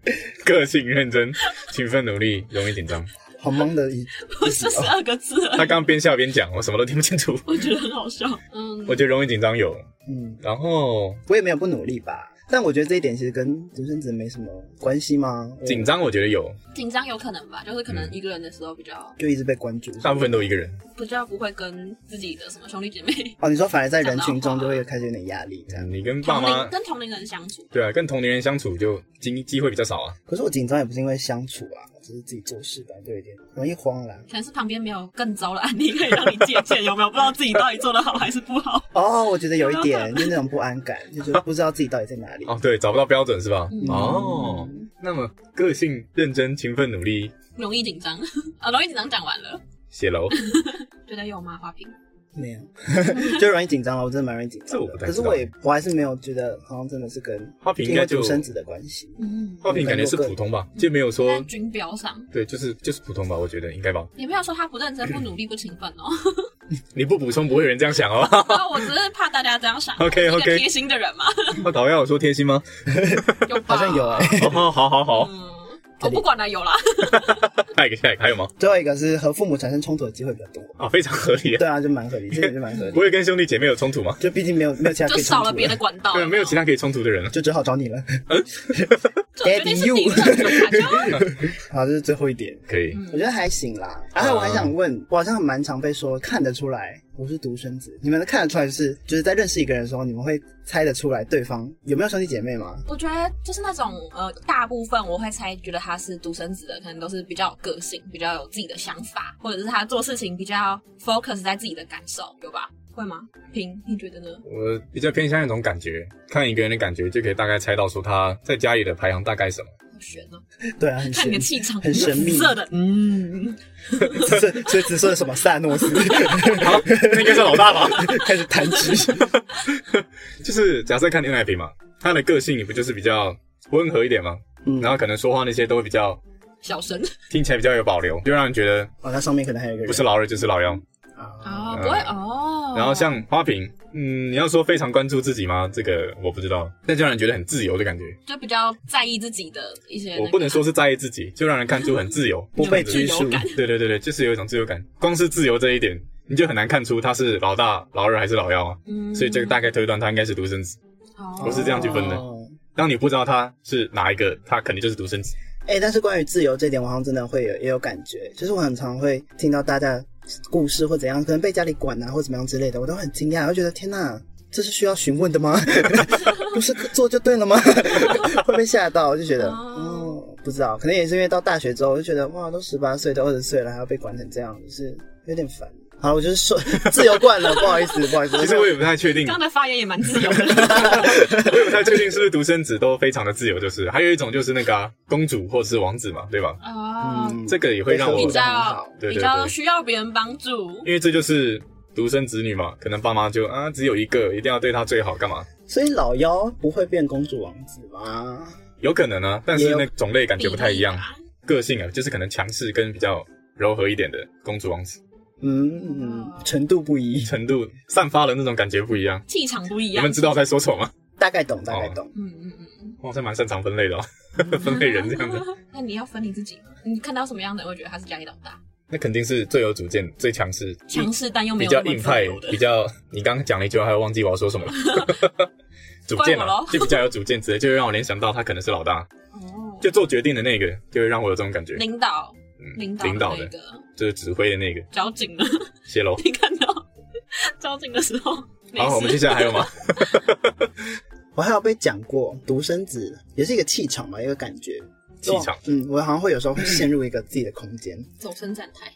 [SPEAKER 1] 个性认真，勤奋努力，容易紧张。
[SPEAKER 3] 好懵的一，
[SPEAKER 4] 不是十二个字而
[SPEAKER 1] 他
[SPEAKER 4] 已，
[SPEAKER 1] 刚刚边笑边讲，我什么都听不清楚。
[SPEAKER 4] 我觉得很好笑。嗯，
[SPEAKER 1] 我觉得容易紧张有，
[SPEAKER 3] 嗯，
[SPEAKER 1] 然后
[SPEAKER 3] 我也没有不努力吧。但我觉得这一点其实跟独生子没什么关系吗？我
[SPEAKER 1] 紧张我觉得有，
[SPEAKER 4] 紧张有可能吧，就是可能
[SPEAKER 1] 嗯
[SPEAKER 4] 一个人的时候比较
[SPEAKER 3] 就一直被关注。
[SPEAKER 1] 大部分都一个人。
[SPEAKER 4] 比较不会跟自己的什么兄弟 姐妹、
[SPEAKER 3] 哦，你说反而在人群中就会开始有点压力这样。
[SPEAKER 1] 你跟爸
[SPEAKER 4] 同龄
[SPEAKER 1] 妈，
[SPEAKER 4] 跟同龄人相处。
[SPEAKER 1] 对啊，跟同龄人相处就机机会比较少啊。
[SPEAKER 3] 可是我紧张也不是因为相处啊，只是自己做事吧，就有点容易慌啦。
[SPEAKER 4] 可能是旁边没有更糟的案例可以让你借鉴，有没有？不知道自己到底做的好还是不 好。
[SPEAKER 3] 哦，我觉得有一点就是那种不安感，就是不知道自己到底在哪里。
[SPEAKER 1] 哦，对，找不到标准是吧？
[SPEAKER 4] 嗯
[SPEAKER 1] 哦，那么个性认真、勤奋、努力，
[SPEAKER 4] 容易紧张 啊，容易紧张讲完了，
[SPEAKER 1] 写 楼，
[SPEAKER 4] 觉得有吗？花瓶
[SPEAKER 3] 没有， 就容易紧张了。我真的蛮容易紧
[SPEAKER 1] 这
[SPEAKER 3] 张
[SPEAKER 1] 我不
[SPEAKER 3] 的，
[SPEAKER 1] 太
[SPEAKER 3] 可
[SPEAKER 1] 知
[SPEAKER 3] 是
[SPEAKER 1] 道
[SPEAKER 3] 我也我还是没有觉得好像真的是跟
[SPEAKER 1] 花瓶应
[SPEAKER 3] 因
[SPEAKER 1] 该
[SPEAKER 3] 为
[SPEAKER 1] 就
[SPEAKER 3] 独生子的关系。
[SPEAKER 4] 嗯，
[SPEAKER 1] 花瓶感觉是普通吧，就没有
[SPEAKER 4] 在
[SPEAKER 1] 说
[SPEAKER 4] 军标上
[SPEAKER 1] 对，就是就是普通吧，我觉得应该吧。
[SPEAKER 4] 也没有说他不认真、不努力、不勤奋 哦。
[SPEAKER 1] 你不补充，不会有人这样想哦。
[SPEAKER 4] 然后我只是怕大家这样想
[SPEAKER 1] OK，OK 哦
[SPEAKER 4] 我是一个 贴心的人 嘛，
[SPEAKER 1] 导要我说贴心吗？
[SPEAKER 4] 有
[SPEAKER 3] 好
[SPEAKER 4] 吧？
[SPEAKER 3] 像有哎、
[SPEAKER 1] 哦，好好好好，
[SPEAKER 4] 嗯，我不管了，有啦。
[SPEAKER 1] 下一个下一个还有吗？
[SPEAKER 3] 最后一个是和父母产生冲突的机会比较多。
[SPEAKER 1] 啊，非常合理啊。
[SPEAKER 3] 对啊，就蛮合理，这点就蛮合 理
[SPEAKER 1] 不。会跟兄弟姐妹有冲突吗？
[SPEAKER 3] 就毕竟没有没有其他可
[SPEAKER 4] 就
[SPEAKER 3] 以冲
[SPEAKER 4] 少
[SPEAKER 3] 突
[SPEAKER 4] 了别的，管道
[SPEAKER 1] 对，， 没有其他可以冲突的人了。
[SPEAKER 3] 就只好找你了。
[SPEAKER 4] 就决定是你
[SPEAKER 3] Daddy
[SPEAKER 4] 认真啊就
[SPEAKER 3] 好，这是最后一点，
[SPEAKER 1] 可以，
[SPEAKER 3] 我觉得还行啦。然
[SPEAKER 1] 啊
[SPEAKER 3] 后我还想问，我好像蛮常被说看得出来我是独生子，你们看得出来就是就是在认识一个人的时候，你们会猜得出来对方有没有兄弟姐妹吗？
[SPEAKER 4] 我觉得就是那种呃，大部分我会猜，觉得他是独生子的，可能都是比较有个性，比较有自己的想法，或者是他做事情比较 focus 在自己的感受，有吧？会吗？平，你觉得呢？
[SPEAKER 1] 我比较偏向一种感觉，看一个人的感觉就可以大概猜到说他在家里的排行大概什么。
[SPEAKER 4] 好悬哦，
[SPEAKER 3] 对啊，很
[SPEAKER 4] 看
[SPEAKER 3] 神
[SPEAKER 4] 你的气场，
[SPEAKER 3] 很神秘
[SPEAKER 4] 紫色的，嗯，
[SPEAKER 3] 紫色， 所以紫色是什么萨诺斯
[SPEAKER 1] 好，那应该是老大 吧？
[SPEAKER 3] 开始弹指，
[SPEAKER 1] 就是假设看牛奶瓶嘛，他的个性你不就是比较温和一点吗？
[SPEAKER 3] 嗯
[SPEAKER 1] 然后可能说话那些都会比较
[SPEAKER 4] 小神
[SPEAKER 1] 听起来比较有保留，就让人觉得
[SPEAKER 3] 哦，它上面可能还有一个人，
[SPEAKER 1] 不是老二就是老幺。
[SPEAKER 3] 啊，
[SPEAKER 4] 哦，不会哦。
[SPEAKER 1] 嗯然后像花瓶，嗯，你要说非常关注自己吗？这个我不知道，但就让人觉得很自由的感觉。
[SPEAKER 4] 就比较在意自己的一些那个，嗯
[SPEAKER 1] 我不能说是在意自己，就让人看出很自由，
[SPEAKER 3] 不被拘
[SPEAKER 4] 有
[SPEAKER 3] 束
[SPEAKER 4] 自由，感
[SPEAKER 1] 对对对对，就是有一种自由感。光是自由这一点，你就很难看出他是老大、老二还是老幺啊。
[SPEAKER 4] 嗯，
[SPEAKER 1] 所以这个大概推断他应该是独生子。
[SPEAKER 4] 哦，
[SPEAKER 1] 我是这样去分的
[SPEAKER 3] 哦
[SPEAKER 1] 当你不知道他是哪一个，他肯定就是独生子。
[SPEAKER 3] 哎、但是关于自由这点，我好像真的会有也有感觉，就是我很常会听到大家故事或怎样，可能被家里管啊或怎么样之类的，我都很惊讶，我就觉得天哪，这是需要询问 的吗？不是做就对了吗？ 会被吓到，我就觉得哦
[SPEAKER 4] 哦，
[SPEAKER 3] 不知道，可能也是因为到大学之后，我就觉得哇，都十八岁都二十岁了，还要被管成这样，就是有点烦。好了，我就是说 自由惯了，不好意思，不好意思。
[SPEAKER 1] 其实我也不太确定，
[SPEAKER 4] 嗯刚才发言也蛮自由的，
[SPEAKER 1] 我也不太确定是不是独生子都非常的自由，就是还有一种就是那个啊、公主或者是王子嘛，对吧？
[SPEAKER 4] 哦，
[SPEAKER 3] 嗯
[SPEAKER 1] 这个也会嗯让我
[SPEAKER 3] 被呵护
[SPEAKER 4] 比
[SPEAKER 3] 得很
[SPEAKER 4] 较
[SPEAKER 3] 好
[SPEAKER 1] 对对
[SPEAKER 4] 比较
[SPEAKER 1] 对
[SPEAKER 4] 需要别人帮助，
[SPEAKER 1] 因为这就是独生子女嘛，可能爸妈就啊只有一个，一定要对他最好，干嘛？
[SPEAKER 3] 所以老妖不会变公主王子吗？
[SPEAKER 1] 有可能啊，但是那种类感觉不太一样
[SPEAKER 4] 比例，吧
[SPEAKER 1] 个性啊，就是可能强势跟比较柔和一点的公主王子，
[SPEAKER 3] 嗯，嗯程度不一，
[SPEAKER 1] 程度散发的那种感觉不一样。
[SPEAKER 4] 气场不一
[SPEAKER 1] 你
[SPEAKER 4] 样
[SPEAKER 1] 们。知道我在说什么吗？
[SPEAKER 3] 大概懂，大概
[SPEAKER 1] 哦
[SPEAKER 3] 懂。
[SPEAKER 4] 嗯嗯嗯
[SPEAKER 1] 我好像蛮擅长分类的、哦， 分类人这 样子，
[SPEAKER 4] 嗯，那你要分你自己，你看到什么样的，我觉得他是压力老大，
[SPEAKER 1] 那肯定是最有主见、最强势、
[SPEAKER 4] 强势但又没
[SPEAKER 1] 比
[SPEAKER 4] 有
[SPEAKER 1] 较
[SPEAKER 4] 那么
[SPEAKER 1] 硬派
[SPEAKER 4] 自由的、
[SPEAKER 1] 比较……你刚刚讲了一句话，还忘记我要说什么了。 主见
[SPEAKER 4] 怪我
[SPEAKER 1] 啊
[SPEAKER 4] 咯，
[SPEAKER 1] 就比较有主见，直接就会让我联想到他可能是老大，
[SPEAKER 4] 哦，
[SPEAKER 1] 就做决定的那个，就会让我有这种感觉。
[SPEAKER 4] 领导
[SPEAKER 1] 嗯
[SPEAKER 4] 领导
[SPEAKER 1] 领导
[SPEAKER 4] 的那
[SPEAKER 1] 的，
[SPEAKER 4] 个
[SPEAKER 1] 就是指挥的那个，
[SPEAKER 4] 交警了，
[SPEAKER 1] 谢喽。
[SPEAKER 4] 你看到交警的时候，没
[SPEAKER 1] 好，我们接
[SPEAKER 4] 事，
[SPEAKER 1] 下来还有吗？
[SPEAKER 3] 我还有被讲过，独生子也是一个气场嘛，一个感觉。
[SPEAKER 1] 气场，
[SPEAKER 3] 嗯，我好像会有时候会陷入一个自己的空间。
[SPEAKER 4] 走伸展台，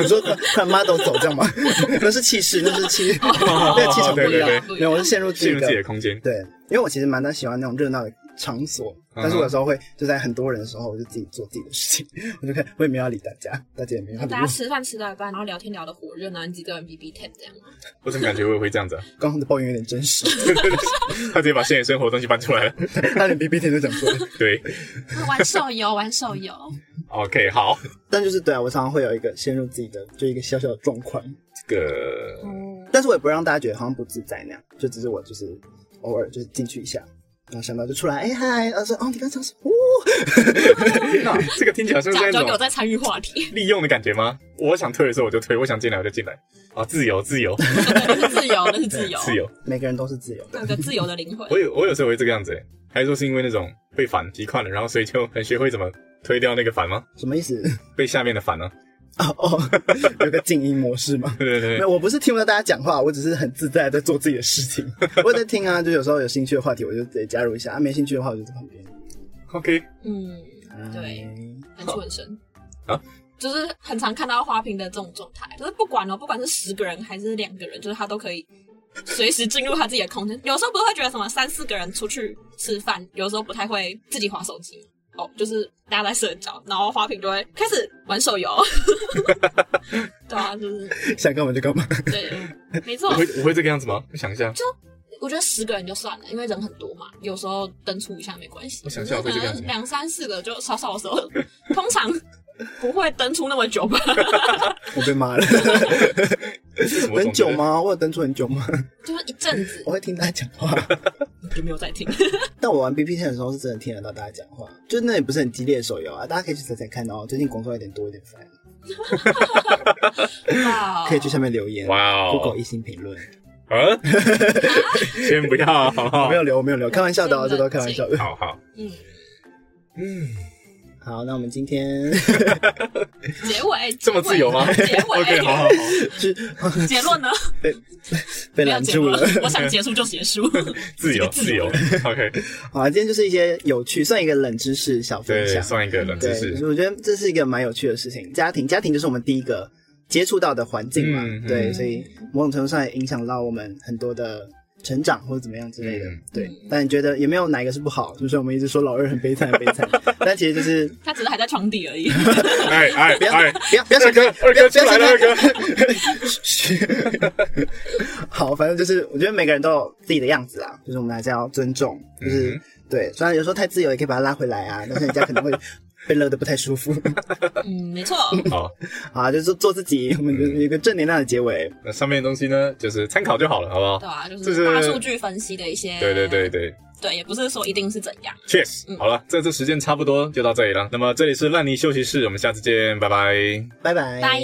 [SPEAKER 3] 你说 看 model 走这样吗？ 那是气势，那是气， 那个气场不一
[SPEAKER 1] 对
[SPEAKER 3] 样
[SPEAKER 1] 对。
[SPEAKER 4] 对
[SPEAKER 3] 没有，我是陷 入自
[SPEAKER 1] 进
[SPEAKER 3] 己
[SPEAKER 1] 入
[SPEAKER 3] 的
[SPEAKER 1] 自己的空间，
[SPEAKER 3] 对，因为我其实蛮喜欢那种热闹的场所，
[SPEAKER 1] 嗯哼
[SPEAKER 3] 但是我有时候会就在很多人的时候，我就自己做自己的事情，我就看我也没有要理大家，大家也没有要理
[SPEAKER 4] 大家
[SPEAKER 3] 我，
[SPEAKER 4] 吃饭吃到一半，然后聊天聊得火热，然后你自己个人 B B ten 这 样吗？
[SPEAKER 1] 我怎么感觉我也会这样子啊？
[SPEAKER 3] 刚刚的抱怨有点真实，
[SPEAKER 1] 他直接把现实生活的东西搬出来了。
[SPEAKER 3] 他连 B B 天都讲出 来。
[SPEAKER 1] 对
[SPEAKER 4] 玩手游，玩手游，
[SPEAKER 1] ，OK，好，
[SPEAKER 3] 但就是对啊，我常常会有一个陷入自己的就一个小小的状况，
[SPEAKER 1] 这个
[SPEAKER 4] 哦，
[SPEAKER 3] 但是我也不让大家觉得好像不自在那样，就只是我就是偶尔就是进去一下，然后想到就出来，哎嗨，我说哦你刚讲什么？
[SPEAKER 1] 天哪，这哦个听起来是不
[SPEAKER 4] 假
[SPEAKER 1] 是那
[SPEAKER 4] 装有
[SPEAKER 1] 种
[SPEAKER 4] 在参与话题，
[SPEAKER 1] 利用的感觉吗？我想退的时候我就退，我想进来我就进来，啊，自由自由
[SPEAKER 4] 那是自由，那是自由，
[SPEAKER 1] 自由。
[SPEAKER 3] 每个人都是自由的，
[SPEAKER 4] 那个自由的灵魂
[SPEAKER 1] 我。有我有时候会这个样子欸，还是说是因为那种被反击惯了，然后所以就很学会怎么推掉那个反吗？
[SPEAKER 3] 什么意思？
[SPEAKER 1] 被下面的反呢？
[SPEAKER 3] 哦哦， 有个静音模式吗？
[SPEAKER 1] 对对
[SPEAKER 3] 没
[SPEAKER 1] 对，
[SPEAKER 3] 有，我不是听不到大家讲话，我只是很自在地在做自己的事情。 我在听啊，就有时候有兴趣的话题，我就直接加入一下；啊，没兴趣的话，我就在旁边。
[SPEAKER 1] ，OK，
[SPEAKER 4] 嗯，对
[SPEAKER 3] 哎
[SPEAKER 4] 感触很深
[SPEAKER 1] 啊。
[SPEAKER 4] 就是很常看到花瓶的这种状态，就是不管哦，不管是十个人还是两个人，就是他都可以随时进入他自己的空间。有时候不是会觉得什么三四个人出去吃饭，有时候不太会自己划手机哦，就是大家在社交，然后花瓶就会开始玩手游。 对啊，就是
[SPEAKER 3] 想干嘛就干嘛。
[SPEAKER 4] 对，没错
[SPEAKER 1] 我。会我会这个样子吗？我想一下，
[SPEAKER 4] 我觉得十个人就算了，因为人很多嘛，有时候登出一下没关系。
[SPEAKER 1] 我想一下我会这个样子
[SPEAKER 4] 两三四个就稍稍 的时候，通常不会登出那么久吧。
[SPEAKER 3] 我被骂了，
[SPEAKER 1] 是什么
[SPEAKER 3] 很
[SPEAKER 1] 种
[SPEAKER 3] 久
[SPEAKER 1] 子？
[SPEAKER 3] 吗？我有登出很久吗？
[SPEAKER 4] 就是一阵子
[SPEAKER 3] 我会听大家讲话。
[SPEAKER 4] 就没有再听。
[SPEAKER 3] 但我玩 B P T 的时候是真的听得到大家讲话，就那也不是很激烈的手游啊，大家可以去猜猜看哦。最近工作有点多，有点烦，
[SPEAKER 4] 哇
[SPEAKER 3] 可以去下面留言。
[SPEAKER 1] 哇哦
[SPEAKER 3] Google 一星评论，
[SPEAKER 1] 啊，先不要，好不
[SPEAKER 3] 我
[SPEAKER 1] 好
[SPEAKER 3] 没？有留，我没有留，开玩笑的哦，这都
[SPEAKER 4] 真冷静
[SPEAKER 3] 开玩笑的。
[SPEAKER 1] 好好，
[SPEAKER 4] 嗯，
[SPEAKER 1] 嗯，
[SPEAKER 3] 好，那我们今天
[SPEAKER 4] 结尾
[SPEAKER 1] 这么自由吗
[SPEAKER 4] 结尾
[SPEAKER 1] ？OK，好好好，
[SPEAKER 3] 是
[SPEAKER 4] 结论呢？
[SPEAKER 3] 被
[SPEAKER 4] 没有
[SPEAKER 3] 拦
[SPEAKER 4] 结
[SPEAKER 3] 住
[SPEAKER 4] 论
[SPEAKER 3] 了。
[SPEAKER 4] 我想结束就结 束。
[SPEAKER 1] 自由自由，OK，
[SPEAKER 3] 好啊，今天就是一些有趣，算一个冷知识小分
[SPEAKER 1] 对，
[SPEAKER 3] 享。
[SPEAKER 1] 算一个冷知
[SPEAKER 3] 对，
[SPEAKER 1] 识，
[SPEAKER 3] 我觉得这是一个蛮有趣的事情。家庭，家庭就是我们第一个接触到的环境嘛，
[SPEAKER 1] 嗯嗯
[SPEAKER 3] 对，所以某种程度上也影响到我们很多的成长或者怎么样之类的，
[SPEAKER 1] 嗯
[SPEAKER 3] 对
[SPEAKER 4] 嗯。
[SPEAKER 3] 但你觉得也没有哪一个是不好，就是我们一直说老二很悲惨，很悲 惨，但其实就是
[SPEAKER 4] 他只是还在床底而 已。
[SPEAKER 1] 哎哎
[SPEAKER 3] 不要
[SPEAKER 1] 哎，
[SPEAKER 3] 不要不要
[SPEAKER 1] 二
[SPEAKER 3] 想
[SPEAKER 1] 哥二哥出来了，二
[SPEAKER 3] 不要
[SPEAKER 1] 哥，
[SPEAKER 3] 好，反正就是我觉得每个人都有自己的样子啊，就是我们还是要尊重，就是、
[SPEAKER 1] 嗯
[SPEAKER 3] 对，虽然有时候太自由也可以把他拉回来啊，但是人家可能会 被乐得不太舒服。
[SPEAKER 4] 嗯，没错。
[SPEAKER 1] 好，
[SPEAKER 3] 好啊，就是做自己，我们就是有一个正能量的结尾。
[SPEAKER 1] 那上面的东西呢，就是参考就好了，好不好？
[SPEAKER 4] 对啊，就
[SPEAKER 1] 这
[SPEAKER 4] 是
[SPEAKER 1] 是
[SPEAKER 4] 大数据分析的一些，
[SPEAKER 1] 对对对对，
[SPEAKER 4] 对，也不是说一定是怎样。
[SPEAKER 1] 确实。
[SPEAKER 3] 嗯
[SPEAKER 1] 好了，这次时间差不多就到这里了。那么这里是烂泥休息室，我们下次见，拜拜。
[SPEAKER 3] 拜拜，
[SPEAKER 4] 拜。